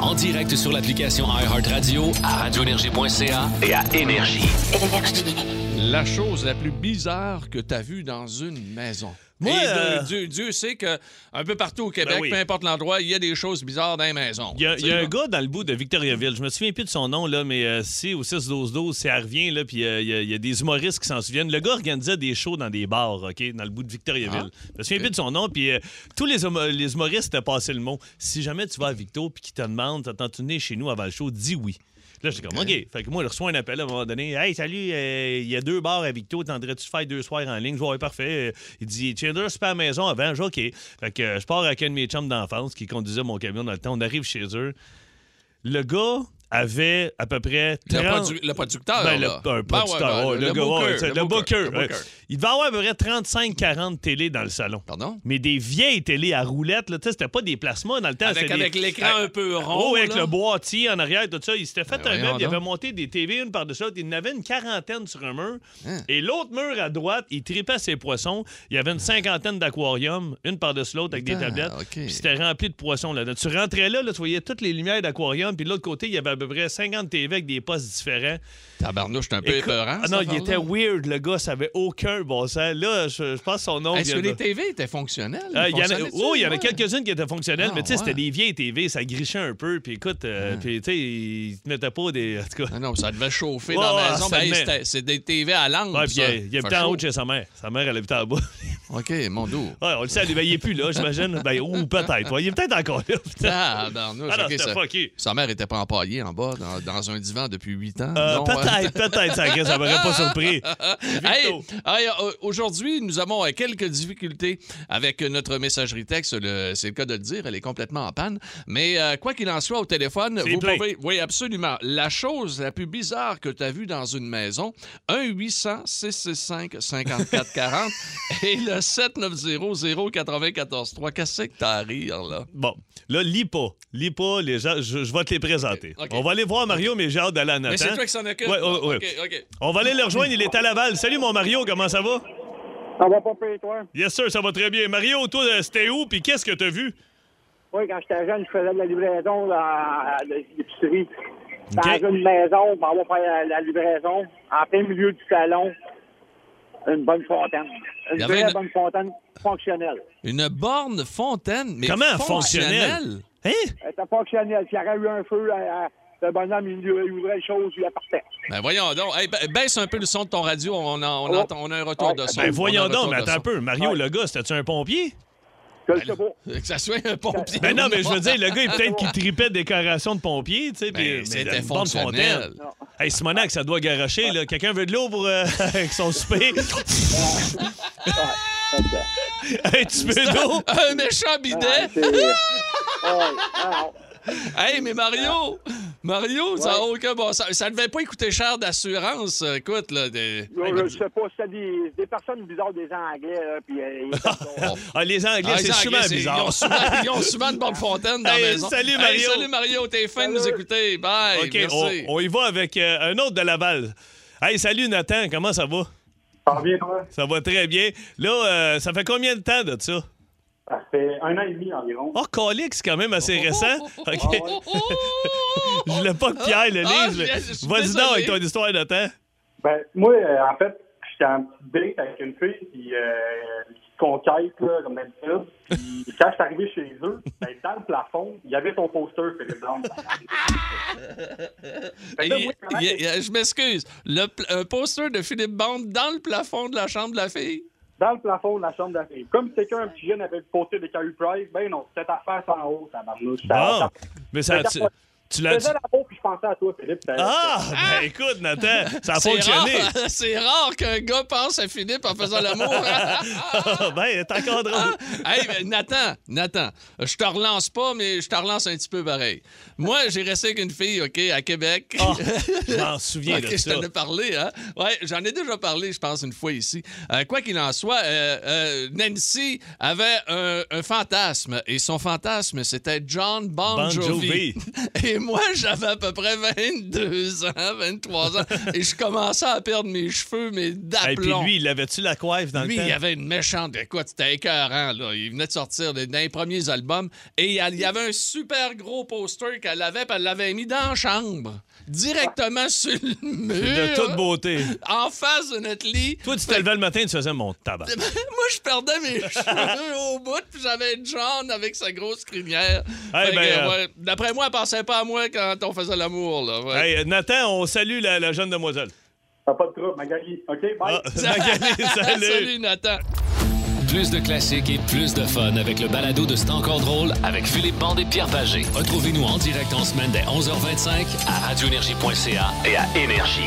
[SPEAKER 1] En direct sur l'application iHeartRadio, à radioénergie.ca et à Énergie.
[SPEAKER 2] La chose la plus bizarre que tu as vue dans une maison.
[SPEAKER 3] Moi,
[SPEAKER 2] Et de-
[SPEAKER 3] euh,
[SPEAKER 2] Dieu, Dieu sait que un peu partout au Québec,
[SPEAKER 3] Ben oui.
[SPEAKER 2] peu importe l'endroit, il y a des choses bizarres dans les maisons.
[SPEAKER 3] Il y a, il y a un
[SPEAKER 2] Tu sais,
[SPEAKER 3] gars dans le bout de Victoriaville, je me souviens plus de son nom, là, mais euh, c'est au 6-12-12, c'est elle revient, là, puis euh, il y, a- il y a des humoristes qui s'en souviennent. Le gars organisait des shows dans des bars, OK, dans le bout de Victoriaville. je me souviens plus de son nom, puis euh, tous les, homo- les humoristes te passaient le mot. Si jamais tu vas à Victo, puis qu'ils te demandent, t'attends-tu venir chez nous avant le show, dis oui. Là, j'étais comme, OK. Fait que moi, je reçois un appel à un moment donné. Hey, salut, euh, il y a deux bars à Victo. T'entendrais-tu faire deux soirs en ligne? Je dis, Ouais, parfait. Euh, Il dit, tiens, deux super à la maison avant. Je dis, OK. Fait que euh, je pars avec un de mes chums d'enfance qui conduisait mon camion dans le temps. On arrive chez eux. Le gars avait à peu près 30...
[SPEAKER 2] Le, produ- le producteur.
[SPEAKER 3] Ben, le,
[SPEAKER 2] là.
[SPEAKER 3] un
[SPEAKER 2] Ben ouais,
[SPEAKER 3] producteur,
[SPEAKER 2] ben,
[SPEAKER 3] ouais, le, gars,
[SPEAKER 2] booker,
[SPEAKER 3] ouais, c'est- le booker,
[SPEAKER 2] le
[SPEAKER 3] ouais.
[SPEAKER 2] booker.
[SPEAKER 3] Il devait avoir à peu près 35-40 télé dans le salon.
[SPEAKER 2] Pardon?
[SPEAKER 3] Mais des vieilles télés à roulettes, là, tu sais, c'était pas des plasmas dans le temps.
[SPEAKER 2] Avec-
[SPEAKER 3] c'était
[SPEAKER 2] avec
[SPEAKER 3] des-
[SPEAKER 2] l'écran
[SPEAKER 3] Ah,
[SPEAKER 2] un peu
[SPEAKER 3] ah,
[SPEAKER 2] rond,
[SPEAKER 3] oui, avec
[SPEAKER 2] là.
[SPEAKER 3] le boîtier en arrière, tout ça. Il s'était fait
[SPEAKER 2] Ben
[SPEAKER 3] un
[SPEAKER 2] voyons
[SPEAKER 3] meuble, il
[SPEAKER 2] donc.
[SPEAKER 3] avait monté des TV une par-dessus l'autre. Il en avait une quarantaine sur un mur.
[SPEAKER 2] Hein?
[SPEAKER 3] Et l'autre mur à droite, il tripait ses poissons. Il y avait une cinquantaine d'aquariums, une par-dessus l'autre, avec des
[SPEAKER 2] Attends,
[SPEAKER 3] tablettes.
[SPEAKER 2] OK.
[SPEAKER 3] Puis c'était rempli de poissons là-dedans. Tu rentrais là, là, tu voyais toutes les lumières d'aquarium. Puis de l'autre côté, il y avait à peu près 50 TV avec des postes différents.
[SPEAKER 2] Tabarnouche, c'est un peu
[SPEAKER 3] Écoute-
[SPEAKER 2] épeurant.
[SPEAKER 3] Ah non,
[SPEAKER 2] cette
[SPEAKER 3] il était
[SPEAKER 2] affaire-là.
[SPEAKER 3] weird, le gars, ça avait aucun bon sens. Là, je, je pense que son nom.
[SPEAKER 2] Est-ce
[SPEAKER 3] vient
[SPEAKER 2] que
[SPEAKER 3] de-
[SPEAKER 2] les TV étaient fonctionnelles?
[SPEAKER 3] euh, il y en a,
[SPEAKER 2] Fonctionnaient-tu?
[SPEAKER 3] oh, il y en a
[SPEAKER 2] Ouais.
[SPEAKER 3] quelques-unes qui étaient fonctionnelles,
[SPEAKER 2] Ah,
[SPEAKER 3] mais tu sais, c'était
[SPEAKER 2] ouais.
[SPEAKER 3] des vieilles TV, ça grichait un peu, puis écoute, euh, puis tu sais, ils te mettaient pas des. En tout cas.
[SPEAKER 2] Ah non, ça devait chauffer
[SPEAKER 3] Ouais,
[SPEAKER 2] dans
[SPEAKER 3] ouais,
[SPEAKER 2] la maison.
[SPEAKER 3] ça
[SPEAKER 2] Ben, hey,
[SPEAKER 3] venait.
[SPEAKER 2] c'était- c'est des TV à lampe.
[SPEAKER 3] Ouais, puis euh,
[SPEAKER 2] ça.
[SPEAKER 3] il, il habitait
[SPEAKER 2] Fait
[SPEAKER 3] en
[SPEAKER 2] chaud.
[SPEAKER 3] haut de chez sa mère. Sa mère, elle habitait en bas.
[SPEAKER 2] OK, mon dos.
[SPEAKER 3] Ouais, on le sait, ben, il est plus là, j'imagine. Ben, ou peut-être. ouais, il est peut-être encore là. putain.
[SPEAKER 2] Tabarnouche,
[SPEAKER 3] Ah non,
[SPEAKER 2] ok,
[SPEAKER 3] c'était
[SPEAKER 2] ça-
[SPEAKER 3] fucké.
[SPEAKER 2] Sa mère était pas empaillée en bas, dans, dans un divan depuis 8 ans.
[SPEAKER 3] Euh,
[SPEAKER 2] Non, hein?
[SPEAKER 3] peut-être, peut-être, ça, ça m'aurait pas surpris.
[SPEAKER 2] Hey,
[SPEAKER 3] Victo.
[SPEAKER 2] hey, euh, aujourd'hui, nous avons euh, quelques difficultés avec euh, notre messagerie texte. Le- C'est le cas de le dire, elle est complètement en panne. Mais euh, quoi qu'il en soit, au téléphone,
[SPEAKER 3] C'est
[SPEAKER 2] vous
[SPEAKER 3] plein.
[SPEAKER 2] pouvez. Oui, absolument. La chose la plus bizarre que tu as vue dans une maison, 1-800-665-5440 et le 790-094-3. Qu'est-ce que t'as à rire, là?
[SPEAKER 3] Bon, là, lis pas. Lis pas, les gens, je, je vais te les présenter.
[SPEAKER 2] Ok.
[SPEAKER 3] On va aller voir Mario, mais j'ai hâte d'aller à Nathan.
[SPEAKER 2] Mais c'est toi qui s'en occupe.
[SPEAKER 3] Ouais, ouais, ouais.
[SPEAKER 2] OK, OK.
[SPEAKER 3] On va aller le rejoindre, il est à Laval. Salut, mon Mario, comment ça va?
[SPEAKER 6] On va pas payer toi.
[SPEAKER 3] Yes, sir, ça va très bien. Mario, toi, euh, c'était où, puis qu'est-ce que t'as vu?
[SPEAKER 6] Oui, quand j'étais jeune, je faisais de la livraison là, à à l'épicerie.
[SPEAKER 7] dans
[SPEAKER 3] OK.
[SPEAKER 7] une maison, ben, on va faire la livraison, en plein milieu du salon, une bonne fontaine.
[SPEAKER 2] Il
[SPEAKER 7] Une
[SPEAKER 2] y avait
[SPEAKER 7] très
[SPEAKER 2] une-
[SPEAKER 7] bonne fontaine fonctionnelle.
[SPEAKER 2] Une borne fontaine, mais
[SPEAKER 3] Comment
[SPEAKER 2] fonctionnelle?
[SPEAKER 3] fonctionnel? Hein?
[SPEAKER 7] Elle était fonctionnelle. S'il y aurait eu un feu, elle- elle- le bonhomme, il, il ouvrait les choses, il appartait.
[SPEAKER 2] Ben voyons donc. Hey, ba- baisse un peu le son de ton radio. On a, on
[SPEAKER 7] Oh.
[SPEAKER 2] entend- on a un retour
[SPEAKER 7] Ouais.
[SPEAKER 2] de son.
[SPEAKER 3] Ben
[SPEAKER 2] On a
[SPEAKER 3] voyons
[SPEAKER 2] un
[SPEAKER 3] donc,
[SPEAKER 2] retour
[SPEAKER 3] mais
[SPEAKER 2] de
[SPEAKER 3] attends
[SPEAKER 2] son.
[SPEAKER 3] un peu. Mario,
[SPEAKER 7] Ouais.
[SPEAKER 3] le gars, c'était-tu un pompier?
[SPEAKER 7] Je le sais pas.
[SPEAKER 2] Que ça soit un pompier.
[SPEAKER 3] Ben non, mais je veux dire, le gars, il peut-être qu'il tripait de décoration de pompier, tu sais,
[SPEAKER 2] Ben,
[SPEAKER 3] puis
[SPEAKER 2] c'était
[SPEAKER 3] mais une bande
[SPEAKER 2] fonctionnel.
[SPEAKER 3] fontaine. Hey, Simonac, ça doit garocher, là. Quelqu'un veut de l'eau pour euh, avec son souper?
[SPEAKER 7] ben.
[SPEAKER 3] hey, tu veux d'eau?
[SPEAKER 2] Un méchant bidet.
[SPEAKER 7] C'est- Ouais, alors,
[SPEAKER 2] Hey, mais Mario, Mario, ça n'a aucun bon sens. Ça ne devait pas coûter cher d'assurance. euh, Écoute, là. de-
[SPEAKER 7] je je sais pas, c'était des, des personnes bizarres, des Anglais, là, puis euh, ils étaient-
[SPEAKER 3] Ah, les Anglais,
[SPEAKER 2] Ah, les Anglais,
[SPEAKER 3] c'est sûrement
[SPEAKER 2] c'est- Ils
[SPEAKER 3] bizarre.
[SPEAKER 2] ont souvent, ils ont souvent de bonnes fontaines dans la
[SPEAKER 3] Hey,
[SPEAKER 2] maison.
[SPEAKER 3] salut,
[SPEAKER 2] Hey,
[SPEAKER 3] Mario.
[SPEAKER 2] salut Mario, t'es fan de nous
[SPEAKER 7] Salut.
[SPEAKER 2] écouter. Bye.
[SPEAKER 3] OK, on,
[SPEAKER 2] merci.
[SPEAKER 3] on y va avec euh, un autre de Laval. Hey, salut Nathan, comment ça va?
[SPEAKER 8] Ça revient, toi?
[SPEAKER 3] Ça va très bien. Là, euh, ça fait combien de temps de ça?
[SPEAKER 8] Ça fait un an et demi environ.
[SPEAKER 3] Oh, Calix, c'est quand même assez récent. OK.
[SPEAKER 2] Oh, oh, oh,
[SPEAKER 3] Je voulais pas que Pierre le
[SPEAKER 2] Ah,
[SPEAKER 3] lise, mais
[SPEAKER 2] je- je suis
[SPEAKER 3] vas-y
[SPEAKER 2] désolé.
[SPEAKER 3] donc avec ton histoire, Nathan.
[SPEAKER 8] Ben, moi, euh, en fait, j'étais en petite date avec une fille, puis euh, une petite conquête, là, comme d'habitude. Puis quand je suis arrivé chez eux, ben, dans le plafond, il y avait ton poster, Philippe Blanc.
[SPEAKER 2] Il- il- il- je m'excuse. Le pl- un poster de Philippe Bande dans le plafond de la chambre de la fille.
[SPEAKER 8] Dans le plafond de la chambre de la fille. Comme quelqu'un, un petit jeune, avait le poster de Carrie Price, ben non, cette affaire, c'est en haut, ça m'a
[SPEAKER 3] Bon, mais ça,
[SPEAKER 8] Ben, Mais
[SPEAKER 3] tu,
[SPEAKER 8] t'as-
[SPEAKER 3] tu
[SPEAKER 8] Je
[SPEAKER 3] l'as...
[SPEAKER 8] faisais
[SPEAKER 3] tu-
[SPEAKER 8] la peau, puis je pensais à toi, Philippe. Ça-
[SPEAKER 3] Ah, ben écoute, Nathan, ça a
[SPEAKER 2] C'est
[SPEAKER 3] fonctionné.
[SPEAKER 2] rare, c'est rare qu'un gars pense à Philippe en faisant l'amour.
[SPEAKER 3] ben, t'es encore drôle.
[SPEAKER 2] hey, ben, Nathan, Nathan, je te relance pas, mais je te relance un petit peu pareil. Moi, j'ai resté avec une fille, OK, à Québec.
[SPEAKER 3] Ah, je m'en souviens
[SPEAKER 2] Ok,
[SPEAKER 3] de
[SPEAKER 2] je
[SPEAKER 3] ça.
[SPEAKER 2] t'en ai parlé, hein? Ouais, j'en ai déjà parlé, je pense, une fois ici. Euh, quoi qu'il en soit, euh, euh, Nancy avait un, un fantasme et son fantasme, c'était John Bon,
[SPEAKER 3] Bon
[SPEAKER 2] Jovi.
[SPEAKER 3] Jovi.
[SPEAKER 2] Et moi, j'avais à peu près 22 ans, 23 ans, et je commençais à perdre mes cheveux, mais
[SPEAKER 3] Et puis
[SPEAKER 2] d'aplomb.
[SPEAKER 3] lui, il avait-tu la coiffe dans
[SPEAKER 2] Lui,
[SPEAKER 3] le temps?
[SPEAKER 2] il avait une méchante. Écoute, c'était écœurant, là. Il venait de sortir des- d'un premiers albums et il y a- il y avait un super gros poster qu'elle avait, puis elle l'avait mis dans la chambre. Directement sur le mur.
[SPEAKER 3] De toute beauté.
[SPEAKER 2] En face de notre lit.
[SPEAKER 3] Toi, tu te levais le matin, tu faisais mon tabac.
[SPEAKER 2] Moi, je perdais mes cheveux au bout, puis j'avais John avec sa grosse crinière.
[SPEAKER 3] Hey,
[SPEAKER 2] Fait
[SPEAKER 3] ben,
[SPEAKER 2] que,
[SPEAKER 3] euh,
[SPEAKER 2] ouais, D'après moi, elle pensait pas à moi quand on faisait l'amour, là. Ouais.
[SPEAKER 3] Hey, Nathan, on salue la, la jeune demoiselle.
[SPEAKER 8] T'as pas de trouble, Magali. OK, bye.
[SPEAKER 3] Ah, Magali, salut.
[SPEAKER 2] Salut, Nathan.
[SPEAKER 1] Plus de classiques et plus de fun avec le balado de C'est encore drôle avec Philippe Bande et Pierre Pagé. Retrouvez-nous en direct en semaine dès 11h25 à radioénergie.ca et à Énergie.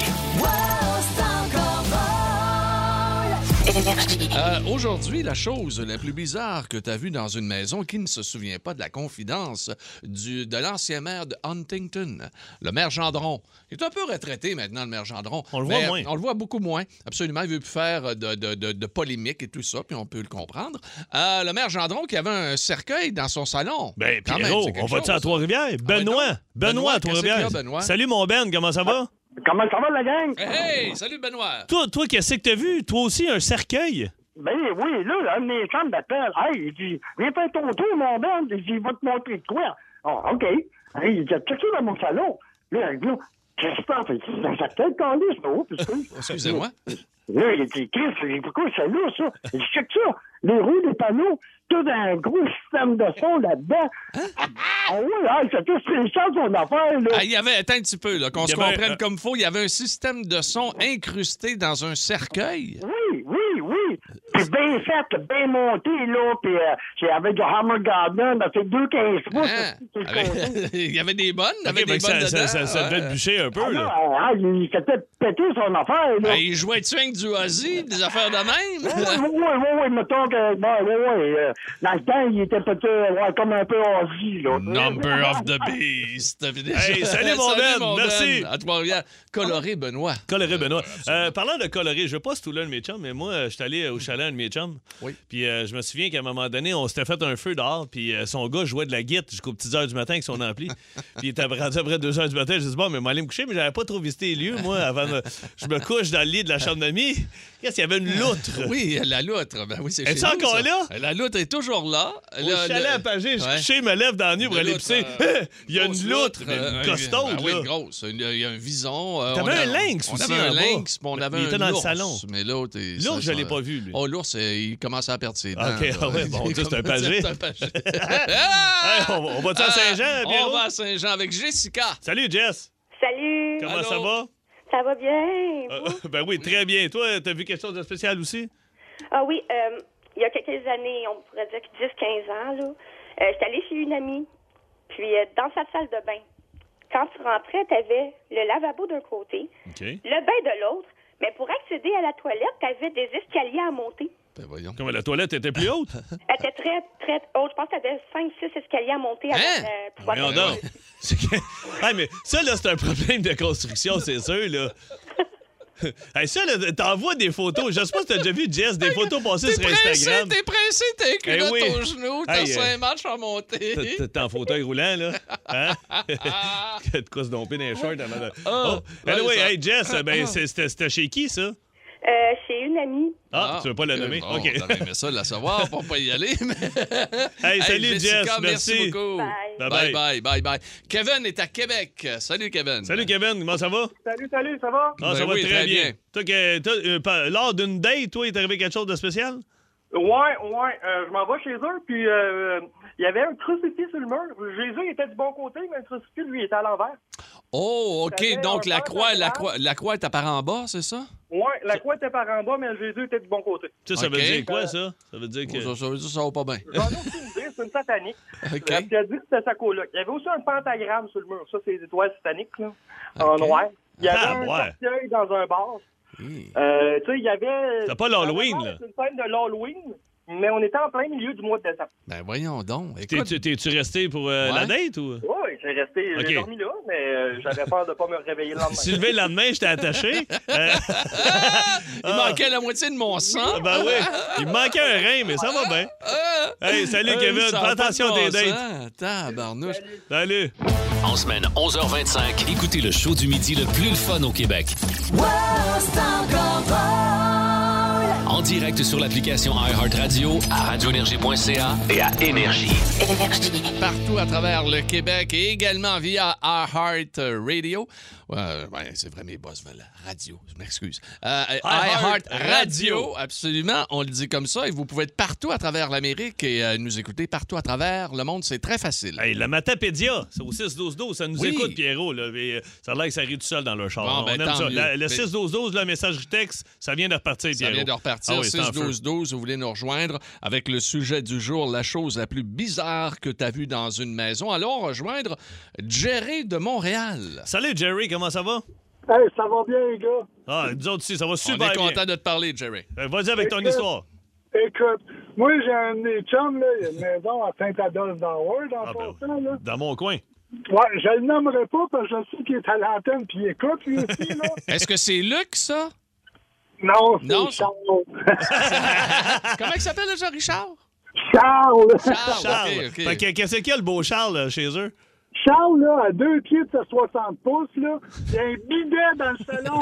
[SPEAKER 2] Euh, Aujourd'hui, la chose la plus bizarre que tu as vue dans une maison qui ne se souvient pas de la confidence du, de l'ancien maire de Huntington, le maire Gendron. Il est un peu retraité maintenant, le maire Gendron.
[SPEAKER 3] On le voit
[SPEAKER 2] mais
[SPEAKER 3] moins.
[SPEAKER 2] On le voit beaucoup moins. Absolument, il veut plus faire de, de, de- de polémique et tout ça, puis on peut le comprendre. Euh, le maire Gendron qui avait un cercueil dans son salon.
[SPEAKER 3] Ben,
[SPEAKER 2] Quand même,
[SPEAKER 3] Pierrot,
[SPEAKER 2] c'est quelque
[SPEAKER 3] on va-tu à
[SPEAKER 2] chose.
[SPEAKER 3] Trois-Rivières?
[SPEAKER 2] ben non.
[SPEAKER 3] Benoît.
[SPEAKER 2] Benoît,
[SPEAKER 3] Benoît à
[SPEAKER 2] qu'est-ce qu'il y a,
[SPEAKER 3] Trois-Rivières.
[SPEAKER 2] Benoît? Ah,
[SPEAKER 3] Salut, mon Ben, comment ça va?
[SPEAKER 7] Comment ça va, la gang?
[SPEAKER 2] Hey, hey, salut Benoît.
[SPEAKER 3] Toi, toi qu'est-ce que t'as vu? Toi aussi, un cercueil?
[SPEAKER 7] Ben oui, là, un des chambres d'appel. Hey, il dit, viens faire ton tour, mon ben. Il dit, il va te montrer de quoi. Ah, OK. Hey, il dit, checké dans mon salon. Là, il dit, qu'est-ce que tu penses? Il dit, ça s'appelle Calis, là, oh, puis c'est-
[SPEAKER 2] Excusez-moi.
[SPEAKER 7] Là, il dit, Chris, il dit, pourquoi c'est lourd, ça? Il dit, check ça. Les roues, les panneaux, tout un gros système de son là-dedans. Ah oui, hey, c'est tout, c'est une chance, son affaire, là.
[SPEAKER 2] Ah, il y avait, attends un petit peu, là, qu'on
[SPEAKER 3] Il y
[SPEAKER 2] se
[SPEAKER 3] avait,
[SPEAKER 2] comprenne
[SPEAKER 3] euh,
[SPEAKER 2] comme faut, il y avait un système de son incrusté dans un cercueil.
[SPEAKER 7] Oui, oui, oui. Puis bien fait, bien monté, là. Puis euh, c'est avec du Hammer Garden, ça fait deux 15 pouces.
[SPEAKER 2] Hein?
[SPEAKER 7] c'est ce qu'on dit.
[SPEAKER 2] Avec- Il y avait des bonnes, il y
[SPEAKER 3] Ok,
[SPEAKER 2] avait
[SPEAKER 3] ben,
[SPEAKER 2] des bonnes
[SPEAKER 3] ça,
[SPEAKER 2] dedans.
[SPEAKER 3] ça, ça- ça
[SPEAKER 2] ouais.
[SPEAKER 3] devait te bûcher un peu, là.
[SPEAKER 7] Ah, ah, il s'était pété son affaire, là.
[SPEAKER 2] Ben, il jouait-tu avec du Ozzy, des affaires de
[SPEAKER 7] Oui, oui,
[SPEAKER 2] même?
[SPEAKER 7] oui, oui, oui, mettons que, bon, oui, oui, euh, dans le temps, il était peut-être, ouais, comme un peu hasi, là.
[SPEAKER 2] Number of the Beast.
[SPEAKER 3] Hey, salut, mon Ben, merci.
[SPEAKER 2] À Trois-Rivières. Coloré, Benoît.
[SPEAKER 3] Coloré Benoît. Euh, parlant de coloré, je ne sais pas si tout là le méchant, mais moi, euh, je suis allé au chalet un de mes chums.
[SPEAKER 2] Oui.
[SPEAKER 3] Puis euh, je me souviens qu'à un moment donné, on s'était fait un feu dehors, puis euh, son gars jouait de la guitare jusqu'aux petites heures du matin avec son ampli. puis il était rendu après 2 heures du matin. Je dis bon, mais moi, aller me coucher, mais j'avais pas trop visité les lieux, moi, avant de... Je me couche dans le lit de la chambre d'amis. Qu'est-ce qu'il y avait une loutre?
[SPEAKER 2] Oui, la loutre. Ben oui, c'est
[SPEAKER 3] Est-ce
[SPEAKER 2] chez nous,
[SPEAKER 3] encore
[SPEAKER 2] ça.
[SPEAKER 3] là?
[SPEAKER 2] La loutre est toujours là.
[SPEAKER 3] Au
[SPEAKER 2] Le-
[SPEAKER 3] chalet
[SPEAKER 2] le-
[SPEAKER 3] à Pagé, je suis
[SPEAKER 2] Ouais.
[SPEAKER 3] couché, me lève dans la nuit pour
[SPEAKER 2] Une
[SPEAKER 3] aller
[SPEAKER 2] loutre,
[SPEAKER 3] pisser.
[SPEAKER 2] euh,
[SPEAKER 3] Il y a
[SPEAKER 2] grosse
[SPEAKER 3] une loutre, mais
[SPEAKER 2] euh,
[SPEAKER 3] une
[SPEAKER 2] un-
[SPEAKER 3] costaud.
[SPEAKER 2] ah oui,
[SPEAKER 3] là.
[SPEAKER 2] une grosse. Une- Il y a un vison. euh,
[SPEAKER 3] T'avais
[SPEAKER 2] on
[SPEAKER 3] un
[SPEAKER 2] a-
[SPEAKER 3] lynx
[SPEAKER 2] on
[SPEAKER 3] aussi
[SPEAKER 2] avait
[SPEAKER 3] en
[SPEAKER 2] un
[SPEAKER 3] bas.
[SPEAKER 2] lynx, puis on avait
[SPEAKER 3] Il
[SPEAKER 2] un
[SPEAKER 3] était dans le
[SPEAKER 2] ours,
[SPEAKER 3] salon.
[SPEAKER 2] Mais l'autre... il-
[SPEAKER 3] L'ours,
[SPEAKER 2] ça,
[SPEAKER 3] je
[SPEAKER 2] ça-
[SPEAKER 3] l'ai pas vu, lui.
[SPEAKER 2] Oh, l'ours, euh, il commençait à perdre ses dents.
[SPEAKER 3] Ok,
[SPEAKER 2] là.
[SPEAKER 3] ah ouais, bon, Dieu, c'est un pagé.
[SPEAKER 2] C'est un pagé. Ah!
[SPEAKER 3] Hey, on va- on va-tu à Saint-Jean,
[SPEAKER 2] Ah,
[SPEAKER 3] Pierrot?
[SPEAKER 2] On va à Saint-Jean avec Jessica.
[SPEAKER 3] Salut, Jess.
[SPEAKER 9] Salut!
[SPEAKER 3] Comment
[SPEAKER 2] Allô?
[SPEAKER 3] ça va?
[SPEAKER 9] Ça va bien?
[SPEAKER 3] Euh, ben oui, très bien. Toi, t'as vu quelque chose de spécial aussi?
[SPEAKER 9] Ah oui, euh, il y a quelques années, on pourrait dire que 10-15 ans, là, euh, j'étais allée chez une amie, puis euh, dans sa salle de bain, quand tu rentrais, t'avais le lavabo d'un côté,
[SPEAKER 3] OK.
[SPEAKER 9] le bain de l'autre, mais pour accéder à la toilette, t'avais des escaliers à monter.
[SPEAKER 2] Ben voyons.
[SPEAKER 3] Comment la toilette était plus haute? Ben
[SPEAKER 9] Elle était très, très haute. Je pense que t'avais 5-6 escaliers à monter euh, avant
[SPEAKER 2] Hein?
[SPEAKER 9] de pouvoir
[SPEAKER 3] Voyons
[SPEAKER 9] passer.
[SPEAKER 3] donc. C'est que- Ah, mais ça, là, c'est un problème de construction, c'est sûr, là. Hey, ça, là, t'envoies des photos. Je sais pas si t'as déjà vu, Jess, des photos passées
[SPEAKER 2] T'es
[SPEAKER 3] sur
[SPEAKER 2] pressé,
[SPEAKER 3] Instagram.
[SPEAKER 2] t'es pressé, t'es culotte
[SPEAKER 3] Eh oui.
[SPEAKER 2] aux genoux, t'as
[SPEAKER 3] Hey, euh,
[SPEAKER 2] cinq matchs à
[SPEAKER 3] T'es-
[SPEAKER 2] monter.
[SPEAKER 3] t'es- T'es en fauteuil roulant, là. Hein? T'as de quoi se domper dans les shorts. avant de- Oh!
[SPEAKER 2] Ah, ouais,
[SPEAKER 3] Anyway,
[SPEAKER 2] ça-
[SPEAKER 3] hey, Jess, ben, c'est- c'était c'était chez qui, ça?
[SPEAKER 9] Euh, chez une amie.
[SPEAKER 3] Ah, tu veux pas la
[SPEAKER 2] ok,
[SPEAKER 3] nommer?
[SPEAKER 2] bon,
[SPEAKER 3] OK.
[SPEAKER 2] T'aurais aimé ça, la savoir, pour pas y aller. mais-
[SPEAKER 3] Hey, salut,
[SPEAKER 2] Jessica,
[SPEAKER 3] Jess,
[SPEAKER 2] merci.
[SPEAKER 3] merci.
[SPEAKER 2] beaucoup.
[SPEAKER 9] Bye.
[SPEAKER 2] Bye, bye, bye, bye. Kevin est à Québec. Salut, Kevin.
[SPEAKER 3] Salut, Kevin. Comment ça va?
[SPEAKER 7] Salut, salut, ça va?
[SPEAKER 3] Ah,
[SPEAKER 2] Ben
[SPEAKER 3] ça va
[SPEAKER 2] oui,
[SPEAKER 3] très,
[SPEAKER 2] très
[SPEAKER 3] bien.
[SPEAKER 2] bien.
[SPEAKER 3] Toi, que- toi, euh, pa- lors d'une date, toi, il est arrivé quelque chose de spécial?
[SPEAKER 7] Ouais, ouais. euh, je m'en vais chez eux, puis euh, il y avait un crucifix sur le mur. Jésus était du bon côté, mais le crucifix, lui, était à l'envers.
[SPEAKER 2] Oh, OK.
[SPEAKER 7] Salut,
[SPEAKER 2] Donc,
[SPEAKER 7] on
[SPEAKER 2] la
[SPEAKER 7] va,
[SPEAKER 2] croix, la
[SPEAKER 7] Kevin.
[SPEAKER 2] croix, la croix est à part en bas, c'est ça?
[SPEAKER 7] Ouais, la croix était par en bas, mais Jésus était du bon côté.
[SPEAKER 3] Ça, ça veut
[SPEAKER 2] Ok.
[SPEAKER 3] dire quoi, ça? Ça veut dire que.
[SPEAKER 2] Ça, ça veut dire que ça va pas bien.
[SPEAKER 7] J'en ai aucune idée, c'est une satanique.
[SPEAKER 2] OK.
[SPEAKER 7] Puis elle a dit que c'était sa coloc. Il y avait aussi un pentagramme sur le mur. Ça, c'est les étoiles sataniques, là, en
[SPEAKER 2] Ok.
[SPEAKER 7] noir. Il y avait
[SPEAKER 3] Ah,
[SPEAKER 7] un
[SPEAKER 3] ouais.
[SPEAKER 7] cercueil dans un bar.
[SPEAKER 2] Hey.
[SPEAKER 7] Euh, tu sais, il y avait...
[SPEAKER 3] C'était pas l'Halloween, là.
[SPEAKER 7] C'est une scène de l'Halloween, mais on était en plein milieu du mois de décembre.
[SPEAKER 2] Ben, voyons donc.
[SPEAKER 3] T'es-
[SPEAKER 2] Écoute,
[SPEAKER 3] t'es- T'es-tu resté pour euh,
[SPEAKER 2] Ouais.
[SPEAKER 3] la date ou?
[SPEAKER 7] Oui, j'ai resté,
[SPEAKER 3] Ok.
[SPEAKER 7] j'ai dormi là, mais euh, j'avais peur de pas me réveiller le lendemain.
[SPEAKER 3] Si levé le lendemain, j'étais attaché. Euh,
[SPEAKER 2] il manquait la moitié de mon sang.
[SPEAKER 3] ben oui, il me manquait un rein, mais ça va bien.
[SPEAKER 2] Ah!
[SPEAKER 3] Hey, salut
[SPEAKER 2] Hey,
[SPEAKER 3] Kevin,
[SPEAKER 2] ça
[SPEAKER 3] fais
[SPEAKER 2] a pas
[SPEAKER 3] attention à
[SPEAKER 2] de
[SPEAKER 3] tes
[SPEAKER 2] bon
[SPEAKER 3] dates.
[SPEAKER 2] sens. Tabarnouche.
[SPEAKER 3] Salut.
[SPEAKER 1] En semaine 11h25, écoutez le show du midi le plus le fun au Québec. En direct sur l'application iHeartRadio, à radioénergie.ca et à Énergie.
[SPEAKER 2] partout à travers le Québec et également via iHeart Radio. Ouais, ben, c'est vrai, mes boss veulent radio, je m'excuse. Euh, iHeart
[SPEAKER 3] iHeart
[SPEAKER 2] Radio,
[SPEAKER 3] Radio.
[SPEAKER 2] absolument, on le dit comme ça. Et vous pouvez être partout à travers l'Amérique et euh, nous écouter partout à travers le monde. C'est très facile.
[SPEAKER 3] Hey, la Matapédia, c'est au 6-12-12, ça nous
[SPEAKER 2] Oui.
[SPEAKER 3] écoute, Pierrot. Là, mais, euh, ça a l'air que ça rit tout seul dans leur char.
[SPEAKER 2] Bon,
[SPEAKER 3] là.
[SPEAKER 2] ben,
[SPEAKER 3] On aime
[SPEAKER 2] tant
[SPEAKER 3] ça.
[SPEAKER 2] mieux.
[SPEAKER 3] La-
[SPEAKER 2] Mais-
[SPEAKER 3] le 6-12-12, le message texte, ça vient de repartir,
[SPEAKER 2] Ça
[SPEAKER 3] Pierrot.
[SPEAKER 2] vient de repartir.
[SPEAKER 3] Ah oui, c'est en feu.
[SPEAKER 2] 6-12-12, vous voulez nous rejoindre avec le sujet du jour, la chose la plus bizarre que tu as vue dans une maison. Allons rejoindre Jerry de Montréal.
[SPEAKER 3] Salut Jerry, comment ça va?
[SPEAKER 7] Hey, ça va bien, les gars?
[SPEAKER 3] Ah, nous autres aussi, ça va
[SPEAKER 2] On est
[SPEAKER 3] super bien.
[SPEAKER 2] content de te parler, Jerry.
[SPEAKER 3] Euh, Vas-y avec ton histoire.
[SPEAKER 7] Écoute, moi, j'ai un de mes chums, là, il y a une maison à Saint-Adolphe dans Ward, en
[SPEAKER 3] Ah, ben
[SPEAKER 7] passant, là.
[SPEAKER 3] Dans mon coin.
[SPEAKER 7] Ouais, je le nommerai pas parce que je sais qu'il est à l'antenne puis il écoute, lui aussi, là.
[SPEAKER 2] Est-ce que c'est Luc, ça?
[SPEAKER 7] Non,
[SPEAKER 2] Non,
[SPEAKER 7] c'est Charles.
[SPEAKER 2] Comment il s'appelle déjà, Richard?
[SPEAKER 7] Charles!
[SPEAKER 2] Charles.
[SPEAKER 3] Charles.
[SPEAKER 2] Ah, ok, ok.
[SPEAKER 3] Fait que qu'est-ce qu'il y a le beau Charles là, chez eux?
[SPEAKER 7] Charles, là, à deux pieds de sa 60 pouces, là, il y a un bidet dans le salon.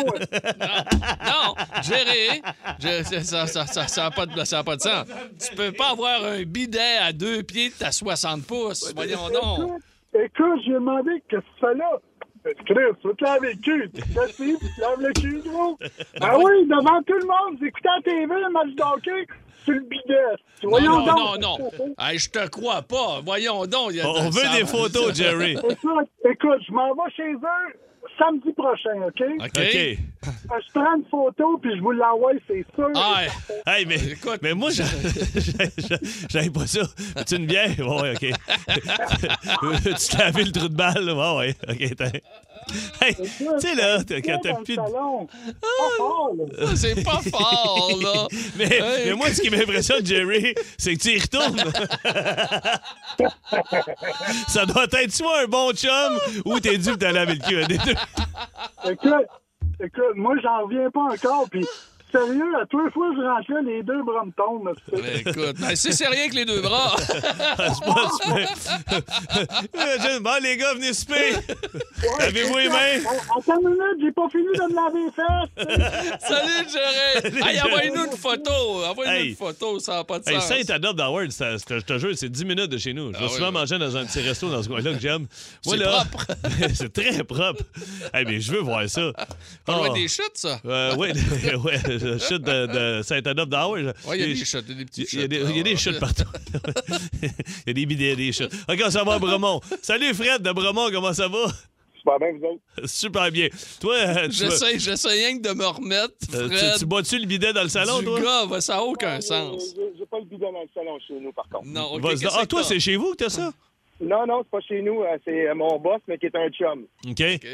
[SPEAKER 2] Non, Jerry, je- ça n'a ça, ça, ça a pas, de- ça a pas de sens. Tu peux pas avoir un bidet à deux pieds de ta 60 pouces. Voyons donc.
[SPEAKER 7] Écoute, écoute, j'ai demandé qu'est-ce que tu fais là. Chris, tu veux te laver le cul. Tu te assis, tu te laves le cul, gros. Ben oui, devant tout le monde, vous écoutez la TV, le match d'hockey, c'est le bidet.
[SPEAKER 2] Non,
[SPEAKER 7] Voyons
[SPEAKER 2] non, non,
[SPEAKER 7] donc.
[SPEAKER 2] non. Hey, je te crois pas. Voyons donc. il y a-
[SPEAKER 3] On, on veut
[SPEAKER 2] ça-
[SPEAKER 3] des photos, Jerry.
[SPEAKER 7] Écoute, écoute, je m'en vais chez eux samedi prochain, OK? Euh,
[SPEAKER 2] OK.
[SPEAKER 3] OK.
[SPEAKER 7] Je prends une photo puis je vous l'envoie, c'est sûr.
[SPEAKER 2] Ah,
[SPEAKER 3] Hey, mais,
[SPEAKER 2] Écoute.
[SPEAKER 3] mais moi, j'a- j'a- j'a- j'avais pas ça. Veux-tu une bière? Ouais, ouais, OK. tu te laver le trou de balle? là? Ouais, ouais, OK. t'as- Hey, tu sais, là, t'as- quand t'as plus de... Ah,
[SPEAKER 7] salon. Ah, Pas fort, là.
[SPEAKER 2] hey, c'est pas fort, là.
[SPEAKER 3] Mais,
[SPEAKER 2] Hey,
[SPEAKER 3] mais moi, ce qui m'impressionne, Jerry, c'est que tu y retournes. ça doit être soit un bon chum ou t'es dû pour te laver le cul. un des deux.
[SPEAKER 7] Écoute, écoute, moi, j'en reviens pas encore. Puis, tu
[SPEAKER 6] sérieux, à deux fois, je rentrais les deux Bromptons. là, tu sais.
[SPEAKER 2] Ben, écoute, ben, si c'est rien que les deux bras.
[SPEAKER 3] Imagine, bon, les gars, venez souper. Avez-vous les mains?
[SPEAKER 6] Bon, Attends une minute, j'ai pas fini de me laver les fesses. tu sais.
[SPEAKER 2] Salut, Jérémy. Hey, envoie-nous une photo. Envoie-nous
[SPEAKER 3] Hey.
[SPEAKER 2] une photo, ça n'a pas de
[SPEAKER 3] Hey,
[SPEAKER 2] sens.
[SPEAKER 3] Saint-Adopte d'Howard, ça- c'est- je te jure, c'est 10 minutes de chez nous. Je vais
[SPEAKER 2] Ah
[SPEAKER 3] souvent
[SPEAKER 2] oui,
[SPEAKER 3] manger dans un petit resto dans ce coin-là que j'aime. Moi,
[SPEAKER 2] C'est
[SPEAKER 3] là-
[SPEAKER 2] propre.
[SPEAKER 3] c'est très propre. Hey, mais je veux voir ça.
[SPEAKER 2] Pas loin
[SPEAKER 3] Ah.
[SPEAKER 2] des chutes, ça.
[SPEAKER 3] Euh, ouais, ouais, la chute de, de Saint-Adophe d'Howard.
[SPEAKER 2] Ouais, il y a des chutes, il y a des petites
[SPEAKER 3] Il y a des,
[SPEAKER 2] chutes,
[SPEAKER 3] il y a des
[SPEAKER 2] là.
[SPEAKER 3] chutes partout. il y a des bidets, des chutes. OK, ça va à Bromont. Salut Fred de Bromont, comment ça va?
[SPEAKER 7] Super bien, vous autres.
[SPEAKER 3] Super bien. Toi, euh, tu, vas-
[SPEAKER 2] J'essaie, j'essaie rien que de me remettre,
[SPEAKER 3] euh,
[SPEAKER 2] Fred.
[SPEAKER 3] tu- tu bois-tu le bidet dans le salon,
[SPEAKER 2] du
[SPEAKER 3] toi?
[SPEAKER 2] gars, va- ça n'a aucun sens.
[SPEAKER 7] Euh, J'ai j'ai pas le bidon dans le salon chez nous, par contre.
[SPEAKER 2] Non, ok,
[SPEAKER 3] Vas-y donc.
[SPEAKER 2] qu'est-ce
[SPEAKER 3] ah,
[SPEAKER 2] que
[SPEAKER 3] toi,
[SPEAKER 2] t'as?
[SPEAKER 3] c'est chez vous que t'as ça?
[SPEAKER 7] Non, non, c'est pas chez nous. euh, C'est euh, mon boss, mais qui est un chum.
[SPEAKER 3] OK.
[SPEAKER 2] Ok.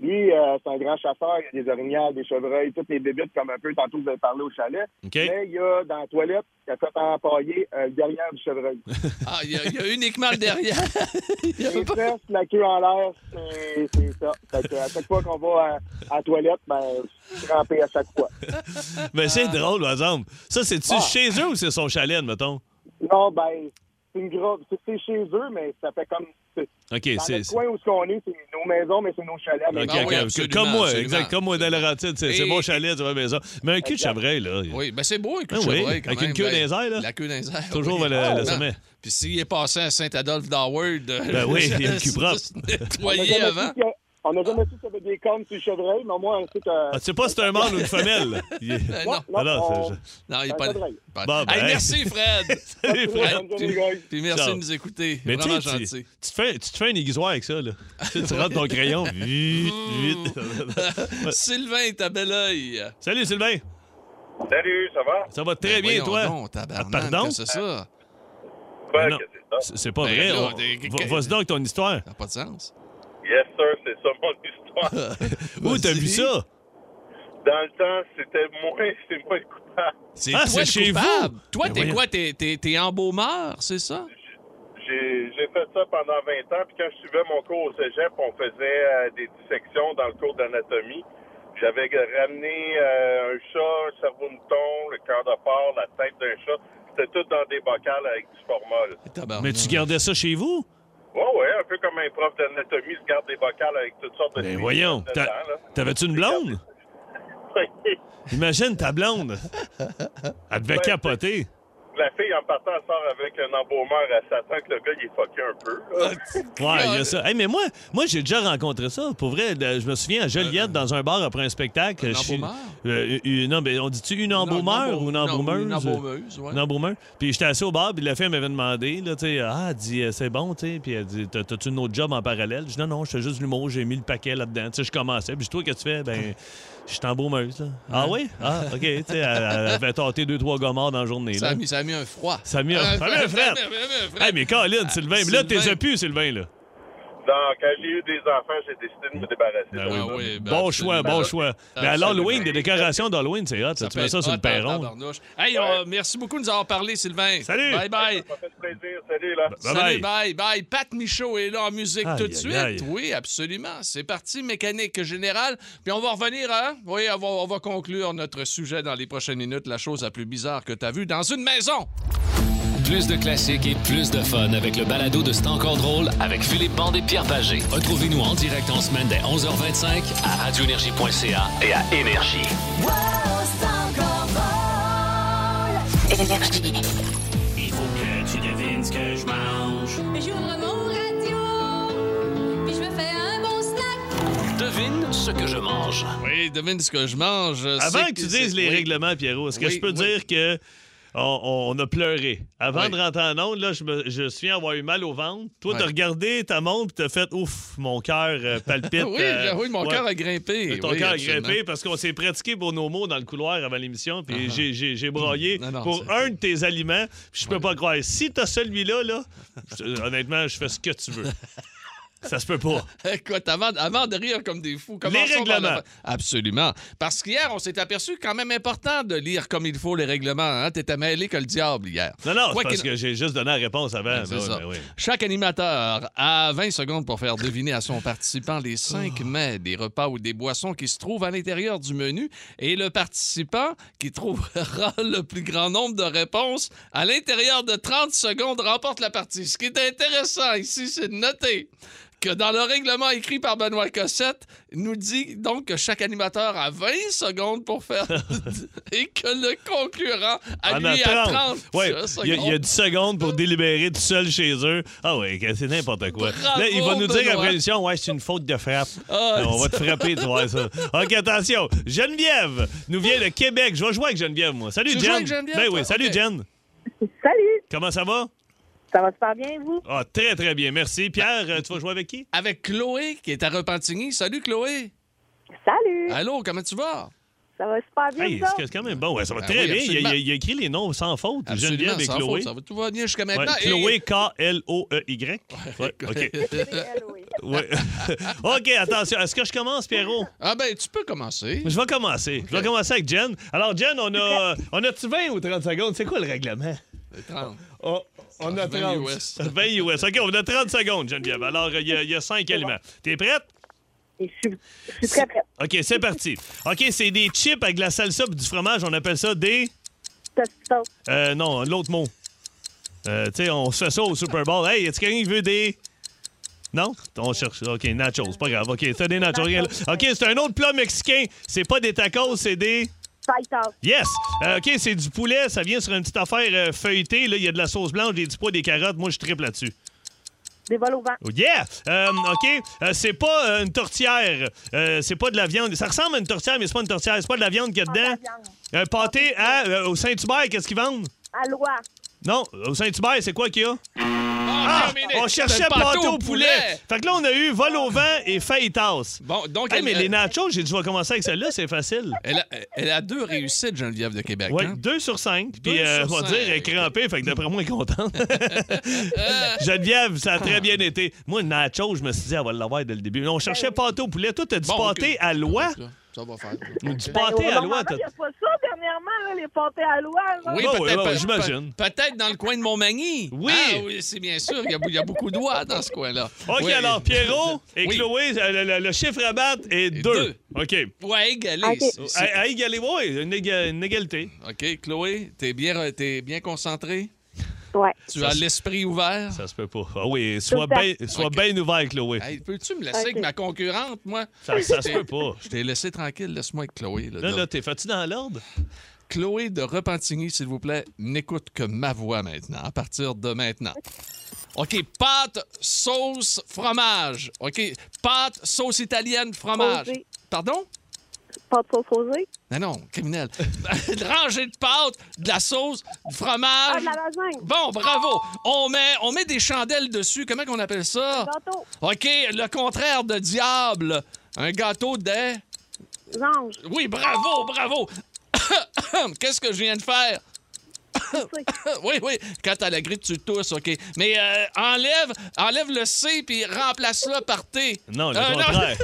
[SPEAKER 7] Lui, euh, c'est un grand chasseur. Il y a des orignales, des chevreuils, toutes les bébites, comme un peu tantôt vous avez parlé au chalet.
[SPEAKER 3] OK.
[SPEAKER 7] Mais il y a dans la toilette, il a fait empailler euh, le derrière du chevreuil.
[SPEAKER 2] Ah, il y, a- il y a uniquement le derrière.
[SPEAKER 7] Les fesses, la queue en l'air, c'est c'est ça. Fait que à chaque fois qu'on va à, à la toilette, ben, je suis crampé à chaque fois.
[SPEAKER 3] Mais Ben, c'est drôle, par exemple. Ça, c'est-tu
[SPEAKER 7] euh, Ah.
[SPEAKER 3] chez eux ou c'est son chalet, mettons?
[SPEAKER 7] Non, ben, c'est une grosse. c'est- C'est chez eux, mais ça fait comme. c'est-
[SPEAKER 3] OK,
[SPEAKER 7] Dans
[SPEAKER 3] c'est.
[SPEAKER 7] Ben, le coin où ce qu'on est, c'est nos maisons, mais c'est nos chalets.
[SPEAKER 3] OK,
[SPEAKER 7] Mais
[SPEAKER 2] Ah
[SPEAKER 3] OK,
[SPEAKER 2] oui,
[SPEAKER 3] OK.
[SPEAKER 2] absolument,
[SPEAKER 3] comme moi,
[SPEAKER 2] absolument.
[SPEAKER 3] exact. Comme moi, dans la c'est c'est
[SPEAKER 2] Et-
[SPEAKER 3] mon chalet, tu vois, maison. Mais un cul de chabreuil, là.
[SPEAKER 2] Oui, ben c'est beau, un cul de
[SPEAKER 3] Ah oui,
[SPEAKER 2] chevreuil, quand
[SPEAKER 3] avec une
[SPEAKER 2] même.
[SPEAKER 3] queue
[SPEAKER 2] Ben,
[SPEAKER 3] dans les airs, là.
[SPEAKER 2] La queue dans les airs,
[SPEAKER 3] Toujours
[SPEAKER 2] oui. Ah,
[SPEAKER 3] le- le
[SPEAKER 2] Non.
[SPEAKER 3] sommet.
[SPEAKER 2] Puis s'il est passé à Saint-Adolphe d'Howard...
[SPEAKER 3] Ben oui, il y a le cul propre.
[SPEAKER 2] Nettoyé avant.
[SPEAKER 7] su qu'il y a- on a jamais su qu'il y avait des cornes sur le chevreuil, mais au moins, on sait que.
[SPEAKER 3] Ah, tu sais pas si c'est un mâle ou une femelle. là. Il est- Ah
[SPEAKER 2] Euh,
[SPEAKER 7] Non,
[SPEAKER 2] non,
[SPEAKER 7] non,
[SPEAKER 3] Alors,
[SPEAKER 7] on-
[SPEAKER 3] ça-
[SPEAKER 2] non, il est
[SPEAKER 7] un
[SPEAKER 2] pas...
[SPEAKER 7] chevreuil.
[SPEAKER 2] pas-
[SPEAKER 3] Bon, ben,
[SPEAKER 2] Hey,
[SPEAKER 3] hey.
[SPEAKER 2] Merci, Fred.
[SPEAKER 3] Salut, Fred.
[SPEAKER 2] Hey,
[SPEAKER 7] Bonne journée,
[SPEAKER 2] puis,
[SPEAKER 7] les gars.
[SPEAKER 2] puis merci
[SPEAKER 3] Ciao.
[SPEAKER 2] de nous écouter.
[SPEAKER 3] Mais tu,
[SPEAKER 2] Vraiment
[SPEAKER 3] sais, tu,
[SPEAKER 2] gentil.
[SPEAKER 3] tu te fais, tu te fais un aiguisoir avec ça, là. tu, sais, tu rentres ton crayon, vite, vite.
[SPEAKER 2] Sylvain, t'as bel oeil. Ben,
[SPEAKER 3] Salut Sylvain,
[SPEAKER 8] Salut, ça va?
[SPEAKER 3] ça va très bien,
[SPEAKER 2] Voyons
[SPEAKER 3] toi?
[SPEAKER 2] donc, tabarnak,
[SPEAKER 3] Ah, pardon?
[SPEAKER 2] que c'est ça.
[SPEAKER 8] Ben,
[SPEAKER 3] non.
[SPEAKER 8] que c'est ça?
[SPEAKER 3] C'est c'est pas
[SPEAKER 2] Ben
[SPEAKER 3] vrai.
[SPEAKER 2] là,
[SPEAKER 3] on-
[SPEAKER 2] des-
[SPEAKER 3] va- Vas-y donc ton histoire.
[SPEAKER 2] Ça n'a pas de sens.
[SPEAKER 8] Yes, sir, c'est ça mon histoire.
[SPEAKER 3] Où t'as
[SPEAKER 2] Vas-y.
[SPEAKER 3] vu ça?
[SPEAKER 8] Dans le temps, c'était moins, c'est moins le coupable.
[SPEAKER 2] C'est
[SPEAKER 3] Ah,
[SPEAKER 2] toi
[SPEAKER 3] c'est
[SPEAKER 2] le
[SPEAKER 3] chez
[SPEAKER 2] coupable.
[SPEAKER 3] vous?
[SPEAKER 2] Toi,
[SPEAKER 3] Ben
[SPEAKER 2] t'es
[SPEAKER 3] voyons.
[SPEAKER 2] quoi? T'es- T'es t'es embaumeur, c'est ça?
[SPEAKER 8] J'ai j'ai fait ça pendant 20 ans, puis quand je suivais mon cours au cégep, on faisait euh, des dissections dans le cours d'anatomie. J'avais ramené euh, un chat, un cerveau-mouton, le cœur de porc, la tête d'un chat. C'était tout dans des bocals avec du formol.
[SPEAKER 2] Tabarnak.
[SPEAKER 3] Mais tu gardais ça chez vous?
[SPEAKER 8] Ouais, ouais, un peu comme un prof d'anatomie se garde des bocals avec toutes sortes de
[SPEAKER 3] Ben
[SPEAKER 8] spécimens
[SPEAKER 3] voyons,
[SPEAKER 8] dedans,
[SPEAKER 3] t'a-
[SPEAKER 8] là.
[SPEAKER 3] t'avais-tu une blonde? Imagine ta blonde. Elle devait
[SPEAKER 8] Ben,
[SPEAKER 3] capoter.
[SPEAKER 8] La fille, en partant, sort avec un embaumeur. Elle s'attend que le gars, il est fucké un peu. là.
[SPEAKER 3] Ah. Ouais, il y a ça. Hey, mais moi, moi j'ai déjà rencontré ça. Pour vrai, là, je me souviens à Joliette, dans un bar après un spectacle.
[SPEAKER 2] Euh, un
[SPEAKER 3] je suis-
[SPEAKER 2] embaumeur?
[SPEAKER 3] Euh, une- non, mais on dit-tu une
[SPEAKER 2] Non,
[SPEAKER 3] embaumeure
[SPEAKER 2] embaum-
[SPEAKER 3] ou une
[SPEAKER 2] non,
[SPEAKER 3] embaumeuse?
[SPEAKER 2] Une embaumeuse, ouais.
[SPEAKER 3] Une embaumeuse. Puis j'étais assis au bar, puis la fille m'avait demandé, là, tu sais, ah, elle dit, euh, c'est bon, tu sais. Puis elle dit, T'as- t'as-tu une autre job en parallèle? Je dis, non, non, je fais juste de l'humour, j'ai mis le paquet là-dedans. Tu sais, je commençais. Puis je dis, toi, qu'est-ce que tu fais? Ben, je suis embaumeuse, là. Ah oui? Ah, OK. Tu sais, elle, elle avait tâté deux, trois gommards dans la journée,
[SPEAKER 2] Ça
[SPEAKER 3] là.
[SPEAKER 2] a, mis, ça a mis un froid.
[SPEAKER 3] Ça a mis un- ça a mis un fret. Hey, mais Colin, Sylvain, mais là, t'es
[SPEAKER 2] Ah, Sylvain.
[SPEAKER 3] plus, Sylvain, là.
[SPEAKER 8] Donc, quand j'ai eu des enfants, j'ai décidé de me débarrasser.
[SPEAKER 3] Ben
[SPEAKER 8] de
[SPEAKER 3] oui,
[SPEAKER 8] ça.
[SPEAKER 2] Ah oui, ben
[SPEAKER 3] bon
[SPEAKER 2] absolument. Ben
[SPEAKER 3] choix, bon choix. Mais à
[SPEAKER 2] Absolument.
[SPEAKER 3] l'Halloween, des décorations d'Halloween, c'est hot. là. tu mets ça sur le perron.
[SPEAKER 2] Hey, euh, merci beaucoup de nous avoir parlé, Sylvain.
[SPEAKER 3] Salut.
[SPEAKER 2] Bye bye.
[SPEAKER 8] Ça m'a fait plaisir. Salut, là.
[SPEAKER 3] Bye
[SPEAKER 2] Salut,
[SPEAKER 3] bye.
[SPEAKER 2] bye, bye. Pat Michaud est là en musique
[SPEAKER 3] Aïe,
[SPEAKER 2] tout de
[SPEAKER 3] aïe,
[SPEAKER 2] suite.
[SPEAKER 3] aïe.
[SPEAKER 2] Oui, absolument. C'est parti, mécanique générale. Puis on va revenir à. Oui, on va, on va conclure notre sujet dans les prochaines minutes. La chose la plus bizarre que tu as vue dans une maison.
[SPEAKER 1] Plus de classiques et plus de fun avec le balado de C'est encore drôle avec Philippe Bande et Pierre Pagé. Retrouvez-nous en direct en semaine dès 11h25 à radioénergie.ca et à Énergie.
[SPEAKER 5] Il faut que tu devines ce que je mange.
[SPEAKER 10] J'ouvre mon radio, puis je me fais un bon snack.
[SPEAKER 1] Devine ce que je mange.
[SPEAKER 2] Oui, devine ce que je mange. euh,
[SPEAKER 3] Avant
[SPEAKER 2] C'est-
[SPEAKER 3] que tu
[SPEAKER 2] c'est-
[SPEAKER 3] dises les
[SPEAKER 2] oui.
[SPEAKER 3] règlements, Pierrot, est-ce que
[SPEAKER 2] Oui,
[SPEAKER 3] je peux
[SPEAKER 2] oui.
[SPEAKER 3] dire que on, on a pleuré? Avant
[SPEAKER 2] Oui.
[SPEAKER 3] de rentrer en onde, là, je, me, je suis avoir eu mal au ventre. Toi,
[SPEAKER 2] Oui.
[SPEAKER 3] t'as regardé ta montre et t'as fait Ouf, mon cœur euh, palpite.
[SPEAKER 2] Oui,
[SPEAKER 3] euh,
[SPEAKER 2] oui, mon
[SPEAKER 3] ouais.
[SPEAKER 2] cœur a grimpé.
[SPEAKER 3] Ton
[SPEAKER 2] Oui,
[SPEAKER 3] cœur a
[SPEAKER 2] absolument.
[SPEAKER 3] grimpé parce qu'on s'est pratiqué pour nos mots dans le couloir avant l'émission, puis
[SPEAKER 2] Ah, ah.
[SPEAKER 3] j'ai- j'ai j'ai braillé
[SPEAKER 2] Non, non,
[SPEAKER 3] pour
[SPEAKER 2] c'est-
[SPEAKER 3] un de tes aliments. puis Je peux pas croire. Si t'as celui-là, là, je- honnêtement, je fais ce que tu veux. Ça se peut pas.
[SPEAKER 2] Écoute, avant, avant de rire comme des fous. commençons par
[SPEAKER 3] Les
[SPEAKER 2] la
[SPEAKER 3] règlements.
[SPEAKER 2] fin. Absolument. Parce qu'hier, on s'est aperçu quand même important de lire comme il faut les règlements. Hein? T'étais mêlé que le diable hier.
[SPEAKER 3] Non, non, c'est
[SPEAKER 2] Quoi
[SPEAKER 3] parce
[SPEAKER 2] qu'il-
[SPEAKER 3] que j'ai juste donné la réponse avant.
[SPEAKER 2] C'est
[SPEAKER 3] Ben oui,
[SPEAKER 2] ça.
[SPEAKER 3] ben oui.
[SPEAKER 2] Chaque animateur a 20 secondes pour faire deviner à son participant les 5
[SPEAKER 3] Ah.
[SPEAKER 2] mets, des repas ou des boissons qui se trouvent à l'intérieur du menu. Et le participant qui trouvera le plus grand nombre de réponses à l'intérieur de 30 secondes remporte la partie. Ce qui est intéressant ici, c'est de noter que dans le règlement écrit par Benoît Cossette, il nous dit donc que chaque animateur a 20 secondes pour faire et que le concurrent a
[SPEAKER 3] En
[SPEAKER 2] lui à 30
[SPEAKER 3] Ouais,
[SPEAKER 2] secondes.
[SPEAKER 3] Il y, a- il y a 10 secondes pour délibérer tout seul chez eux. Ah oui, que c'est n'importe quoi.
[SPEAKER 2] Bravo,
[SPEAKER 3] Là, il va nous dire
[SPEAKER 2] Benoît.
[SPEAKER 3] après l'émission, ouais, c'est une faute de frappe.
[SPEAKER 2] Ah,
[SPEAKER 3] on va te
[SPEAKER 2] ça.
[SPEAKER 3] frapper, tu vois ça. OK, attention. Geneviève nous vient de Québec. Je vais jouer avec Geneviève, moi. Salut,
[SPEAKER 2] Tu
[SPEAKER 3] Jen.
[SPEAKER 2] joues avec Geneviève,
[SPEAKER 3] ben oui,
[SPEAKER 2] toi?
[SPEAKER 3] salut,
[SPEAKER 2] OK.
[SPEAKER 3] Jen.
[SPEAKER 11] Salut,
[SPEAKER 3] Comment ça va?
[SPEAKER 11] ça va super bien, vous?
[SPEAKER 3] Ah, très, très bien. Merci. Pierre, euh, tu vas jouer avec qui?
[SPEAKER 2] avec Chloé qui est à Repentigny. Salut Chloé.
[SPEAKER 11] Salut,
[SPEAKER 2] Allô, comment tu vas?
[SPEAKER 11] ça va super bien,
[SPEAKER 3] Hein? Hey,
[SPEAKER 11] ça?
[SPEAKER 3] c'est quand même bon. Ouais, ça va
[SPEAKER 2] Ben
[SPEAKER 3] très
[SPEAKER 2] oui,
[SPEAKER 3] bien. Il a- Il a,
[SPEAKER 2] absolument.
[SPEAKER 3] il a écrit les noms sans faute. Geneviève et
[SPEAKER 2] sans
[SPEAKER 3] Chloé.
[SPEAKER 2] faute, ça va tout va bien jusqu'à
[SPEAKER 3] Ouais,
[SPEAKER 2] maintenant. Et-
[SPEAKER 3] Chloé, K-L-O-E-Y. E Ouais, OK. Ouais. OK, attention. Est-ce que je commence, Pierrot?
[SPEAKER 2] Ah ben, tu peux commencer.
[SPEAKER 3] Je vais commencer. Je vais commencer avec Jen. Alors, Jen, on a, on a-tu 20 ou 30 secondes? C'est quoi le règlement? Oh, on a
[SPEAKER 2] 20
[SPEAKER 3] 30.
[SPEAKER 2] US.
[SPEAKER 3] 20 US. OK, on a 30 secondes, Geneviève. Alors, il y, a- il y a 5 éléments. T'es prête?
[SPEAKER 11] Et Je suis, je suis très prête.
[SPEAKER 3] OK, c'est parti. OK, c'est des chips avec de la salsa et du fromage. On appelle ça des...
[SPEAKER 11] Tostitos,
[SPEAKER 3] Euh, non, l'autre mot. Euh, tu sais, on se fait ça au Super Bowl. Hey, est-ce quelqu'un qui veut des. Non? On cherche. OK, nachos. Pas grave. OK, c'est des nachos. rien là. OK, c'est un autre plat mexicain. C'est pas des tacos, c'est des.
[SPEAKER 11] fajitas,
[SPEAKER 3] Yes! Euh, OK, c'est du poulet. Ça vient sur une petite affaire euh, feuilletée. Là, il y a de la sauce blanche, des petits pois, des carottes. Moi, je tripe là-dessus.
[SPEAKER 11] des vols au vent,
[SPEAKER 3] Oh, Yeah! Euh, OK, euh, c'est pas euh, une tortillère. Euh, c'est pas de la viande. Ça ressemble à une tortillère, mais c'est pas une tortillère. C'est pas de la viande qu'il y a
[SPEAKER 11] Pas de la
[SPEAKER 3] dedans. Un
[SPEAKER 11] viande.
[SPEAKER 3] pâté à, euh, au Saint-Hubert, qu'est-ce qu'ils vendent?
[SPEAKER 11] à loi,
[SPEAKER 3] Non, au Saint-Hubert, c'est quoi qu'il y a?
[SPEAKER 2] Ah, terminé.
[SPEAKER 3] On cherchait
[SPEAKER 2] C'est le
[SPEAKER 3] pâté au poulet. Fait que là, on a eu vol au vent et fajitas.
[SPEAKER 2] Bon, donc euh,
[SPEAKER 3] Hey,
[SPEAKER 2] elle,
[SPEAKER 3] mais les
[SPEAKER 2] elle-
[SPEAKER 3] nachos, j'ai dit, je vais commencer avec celle-là, c'est facile.
[SPEAKER 2] elle a, elle a deux réussites, Geneviève de Québec.
[SPEAKER 3] Oui,
[SPEAKER 2] hein?
[SPEAKER 3] 2 sur 5.
[SPEAKER 2] Deux
[SPEAKER 3] Puis, euh,
[SPEAKER 2] sur
[SPEAKER 3] on va
[SPEAKER 2] cinq.
[SPEAKER 3] dire, elle est crampée, fait que d'après moi, elle est contente. Geneviève, ça a très bien été. Moi, le nacho, je me suis dit, elle va l'avoir dès le début. Mais on cherchait pâté au poulet. Toi, t'as du
[SPEAKER 2] Bon,
[SPEAKER 3] pâté
[SPEAKER 2] ok. Ben
[SPEAKER 3] à loi.
[SPEAKER 2] Ça, ça va faire.
[SPEAKER 3] Du
[SPEAKER 2] Ok.
[SPEAKER 3] pâté à loi.
[SPEAKER 11] Normalement,
[SPEAKER 3] t'as-
[SPEAKER 11] il n'y a pas ça dernièrement, là, les pâtés à loi. là.
[SPEAKER 2] Oui,
[SPEAKER 3] Ouais,
[SPEAKER 2] peut-être.
[SPEAKER 3] ouais, ouais,
[SPEAKER 2] pe-
[SPEAKER 3] j'imagine.
[SPEAKER 2] pe- Peut-être dans le coin de Montmagny.
[SPEAKER 3] Oui.
[SPEAKER 2] Ah, oui, c'est bien sûr. Il y a, bou- il y a beaucoup de doigts dans ce coin-là.
[SPEAKER 3] OK,
[SPEAKER 2] Oui.
[SPEAKER 3] alors, Pierrot et
[SPEAKER 2] Oui.
[SPEAKER 3] Chloé, euh, le, le- le chiffre à battre est 2.
[SPEAKER 2] deux.
[SPEAKER 3] OK.
[SPEAKER 2] Ouais, égalé.
[SPEAKER 11] Ok.
[SPEAKER 2] c'est-
[SPEAKER 3] À,
[SPEAKER 2] c'est-
[SPEAKER 3] à égaler, oui, une, éga- une égalité.
[SPEAKER 2] OK, Chloé, t'es bien, re- t'es bien concentré?
[SPEAKER 11] Ouais.
[SPEAKER 2] Tu as l'esprit ouvert?
[SPEAKER 3] Ça se peut pas. Ah oui, sois
[SPEAKER 11] Tout à
[SPEAKER 3] bien sois
[SPEAKER 2] OK.
[SPEAKER 3] bien ouvert, Chloé.
[SPEAKER 2] Hey, peux-tu me laisser avec ma concurrente, moi?
[SPEAKER 3] Ça, ça se peut pas.
[SPEAKER 2] Je t'ai laissé tranquille, laisse-moi avec Chloé. là.
[SPEAKER 3] Là,
[SPEAKER 2] Donc,
[SPEAKER 3] là, t'es fait-tu dans l'ordre?
[SPEAKER 2] Chloé de Repentigny, s'il vous plaît, n'écoute que ma voix maintenant, à partir de maintenant. OK, pâte, sauce, fromage. OK, pâte, sauce italienne, fromage.
[SPEAKER 11] Rosé.
[SPEAKER 2] Pardon?
[SPEAKER 11] Pas de sauce rosée.
[SPEAKER 2] Non, non, criminel. Rangée de pâte, de la sauce, du
[SPEAKER 11] Ah,
[SPEAKER 2] fromage.
[SPEAKER 11] de la lasagne.
[SPEAKER 2] Bon, bravo. On met, on met des chandelles dessus. Comment qu'on appelle ça?
[SPEAKER 11] Gâteau.
[SPEAKER 2] OK, le contraire de diable. Un gâteau de...
[SPEAKER 11] Anges.
[SPEAKER 2] Oui, bravo, bravo. Qu'est-ce que je viens de faire? oui, oui, quand t'as la grippe, tu tousses, OK. Mais euh, enlève, enlève le C puis remplace-le par T.
[SPEAKER 3] Non, le
[SPEAKER 2] Euh,
[SPEAKER 3] contraire.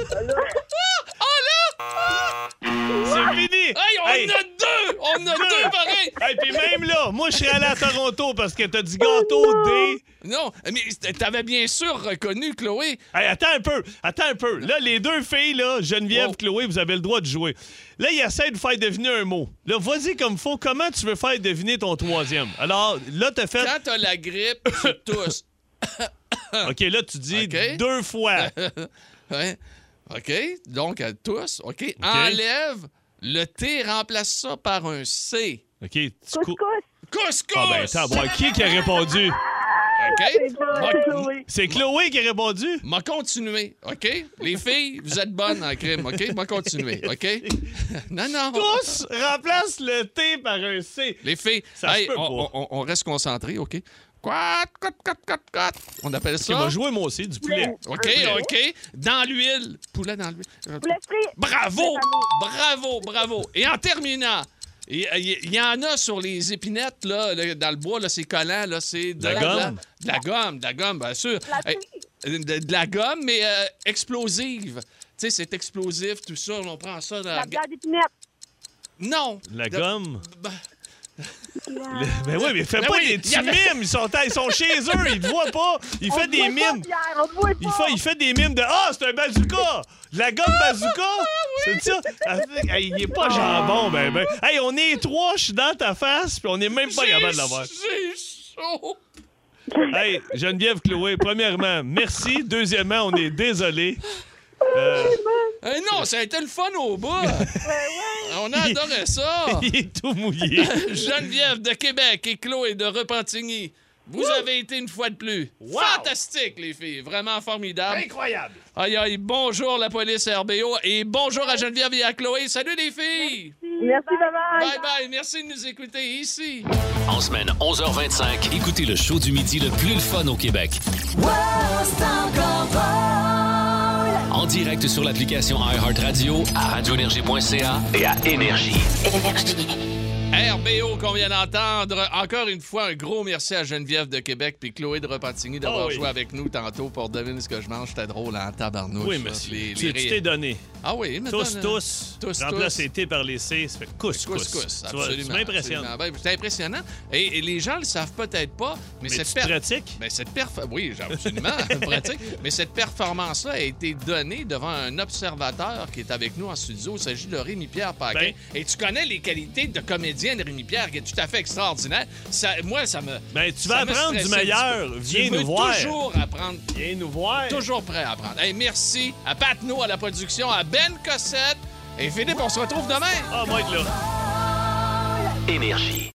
[SPEAKER 3] C'est fini!
[SPEAKER 2] Hey, on
[SPEAKER 3] Hey.
[SPEAKER 2] en a deux! On en a deux, pareil!
[SPEAKER 3] Hey, puis même là, moi, je serais allé à Toronto parce que t'as dit gâteau des...
[SPEAKER 2] Non, mais t'avais bien sûr reconnu, Chloé.
[SPEAKER 3] Hey, attends un peu, attends un peu. Là, les deux filles, là, Geneviève,
[SPEAKER 2] Wow.
[SPEAKER 3] Chloé, vous avez le droit de jouer. Là, ils essaient de faire deviner un mot. Là, vas-y comme faut. Comment tu veux faire deviner ton troisième? Alors, là, t'as fait...
[SPEAKER 2] Quand t'as la grippe, tu tousses.
[SPEAKER 3] OK, là, tu dis
[SPEAKER 2] OK.
[SPEAKER 3] deux fois.
[SPEAKER 2] Hein? OK? Donc, elle tousse. OK? Enlève le T, remplace ça par un C.
[SPEAKER 3] OK, tu cou-
[SPEAKER 11] Couscous.
[SPEAKER 2] Couscous!
[SPEAKER 3] Ah ben, attends, bon, qui qui a répondu?
[SPEAKER 2] OK?
[SPEAKER 11] C'est Chloé.
[SPEAKER 3] C'est Chloé qui a répondu?
[SPEAKER 2] M'a continué, OK? Les filles, vous êtes bonnes en crime, OK? M'a continué, OK? Non, non.
[SPEAKER 3] Tous remplace le T par un C.
[SPEAKER 2] Les filles,
[SPEAKER 3] Ça se
[SPEAKER 2] hey,
[SPEAKER 3] peut
[SPEAKER 2] on,
[SPEAKER 3] pas.
[SPEAKER 2] on- on reste concentrés, OK? Quat, quat, quat, quat, quat. On appelle
[SPEAKER 3] Tu
[SPEAKER 2] ça.
[SPEAKER 3] vas jouer, moi aussi, du poulet.
[SPEAKER 2] OK, OK. Dans l'huile. Poulet dans l'huile.
[SPEAKER 11] Poulet frit.
[SPEAKER 2] Bravo!
[SPEAKER 11] Bravo.
[SPEAKER 2] Bravo, bravo. Et en terminant, il y, il y en a sur les épinettes, là, le- dans le bois, là, c'est collant, là, c'est de
[SPEAKER 3] La gomme?
[SPEAKER 2] De la, de la gomme, de la gomme, bien sûr.
[SPEAKER 11] La
[SPEAKER 2] Eh,
[SPEAKER 11] pluie.
[SPEAKER 2] euh, de, de la gomme, mais euh, explosive. Tu sais, c'est explosif, tout ça. On prend ça dans
[SPEAKER 11] La bière d'épinette.
[SPEAKER 2] Non!
[SPEAKER 3] La
[SPEAKER 2] De-
[SPEAKER 3] gomme?
[SPEAKER 2] Ben-
[SPEAKER 11] Ah.
[SPEAKER 3] Ben oui, mais fais
[SPEAKER 2] Ben
[SPEAKER 3] pas
[SPEAKER 2] oui,
[SPEAKER 3] des
[SPEAKER 2] y
[SPEAKER 3] petits
[SPEAKER 2] avait-
[SPEAKER 3] mimes. Ils sont, ils sont chez eux, ils te voient pas. Il
[SPEAKER 11] On
[SPEAKER 3] fait
[SPEAKER 11] te
[SPEAKER 3] des
[SPEAKER 11] voit pas,
[SPEAKER 3] mimes.
[SPEAKER 11] Pierre, on te voit
[SPEAKER 3] Il
[SPEAKER 11] pas.
[SPEAKER 3] fait, il fait des mimes de Ah, c'est un bazooka! De La gomme bazooka!
[SPEAKER 11] Ah,
[SPEAKER 3] C'est ça? Elle fait- Hey, il est pas jambon, ben ben. Hey, on est trois, je suis dans ta face, puis on est même pas capable de l'avoir.
[SPEAKER 2] J'ai chaud!
[SPEAKER 3] Hey, Geneviève Chloé, premièrement, merci. Deuxièmement, on est désolé. Euh,
[SPEAKER 2] Euh, non, ça a été le fun au bout! On a adoré
[SPEAKER 11] Ah.
[SPEAKER 2] ça!
[SPEAKER 3] il est tout mouillé.
[SPEAKER 2] Geneviève de Québec et Chloé de Repentigny, vous avez été une fois de plus fantastique, les filles. Vraiment formidable.
[SPEAKER 3] Incroyable!
[SPEAKER 2] Aïe, aïe, bonjour la police RBO et bonjour à Geneviève et à Chloé. Salut les filles!
[SPEAKER 11] Merci, bye-bye.
[SPEAKER 2] Bye bye, merci de nous écouter ici.
[SPEAKER 1] En semaine 11h25, écoutez le show du midi le plus le fun au Québec. En direct sur l'application iHeartRadio, à radioénergie.ca et à Énergie.
[SPEAKER 2] RBO qu'on vient d'entendre. Encore une fois, un gros merci à Geneviève de Québec puis Chloé de Repentigny d'avoir
[SPEAKER 3] Oh oui.
[SPEAKER 2] joué avec nous tantôt pour deviner ce que je mange. C'était drôle en tabarnouche.
[SPEAKER 3] Oui,
[SPEAKER 2] là,
[SPEAKER 3] merci.
[SPEAKER 2] les-
[SPEAKER 3] Tu
[SPEAKER 2] les
[SPEAKER 3] tu
[SPEAKER 2] rires.
[SPEAKER 3] t'es donné.
[SPEAKER 2] Ah oui, mais
[SPEAKER 3] Tous,
[SPEAKER 2] donne-
[SPEAKER 3] tous.
[SPEAKER 2] Tous,
[SPEAKER 3] Remplace
[SPEAKER 2] tous.
[SPEAKER 3] les T par les C, ça fait cousse, cousse.
[SPEAKER 2] Couscous,
[SPEAKER 3] Tu vois,
[SPEAKER 2] absolument.
[SPEAKER 3] Tu m'impressionnes.
[SPEAKER 2] absolument. Ben, c'est impressionnant. Et, et les gens le savent peut-être pas, mais,
[SPEAKER 3] Mais
[SPEAKER 2] cette
[SPEAKER 3] tu
[SPEAKER 2] per...
[SPEAKER 3] pratiques?
[SPEAKER 2] ben, cette perf- oui, j'ai absolument pratique. Mais cette performance-là a été donnée devant un observateur qui est avec nous en studio. Il s'agit de Rémi Pierre Paquin.
[SPEAKER 3] Ben.
[SPEAKER 2] Et tu connais les qualités de comédien de Rémi Pierre, qui est tout à fait extraordinaire. Ça, moi, ça me.
[SPEAKER 3] Ben, tu vas
[SPEAKER 2] ça me
[SPEAKER 3] apprendre du
[SPEAKER 2] stressait un
[SPEAKER 3] meilleur.
[SPEAKER 2] petit peu.
[SPEAKER 3] Viens
[SPEAKER 2] Tu
[SPEAKER 3] nous
[SPEAKER 2] veux
[SPEAKER 3] voir.
[SPEAKER 2] Toujours apprendre.
[SPEAKER 3] Viens nous voir.
[SPEAKER 2] Toujours prêt à apprendre. Hey, merci à Patno, à la production, à Ben Cossette. Et Philippe, on se retrouve demain.
[SPEAKER 3] Ah, moi, être là.
[SPEAKER 1] Énergie.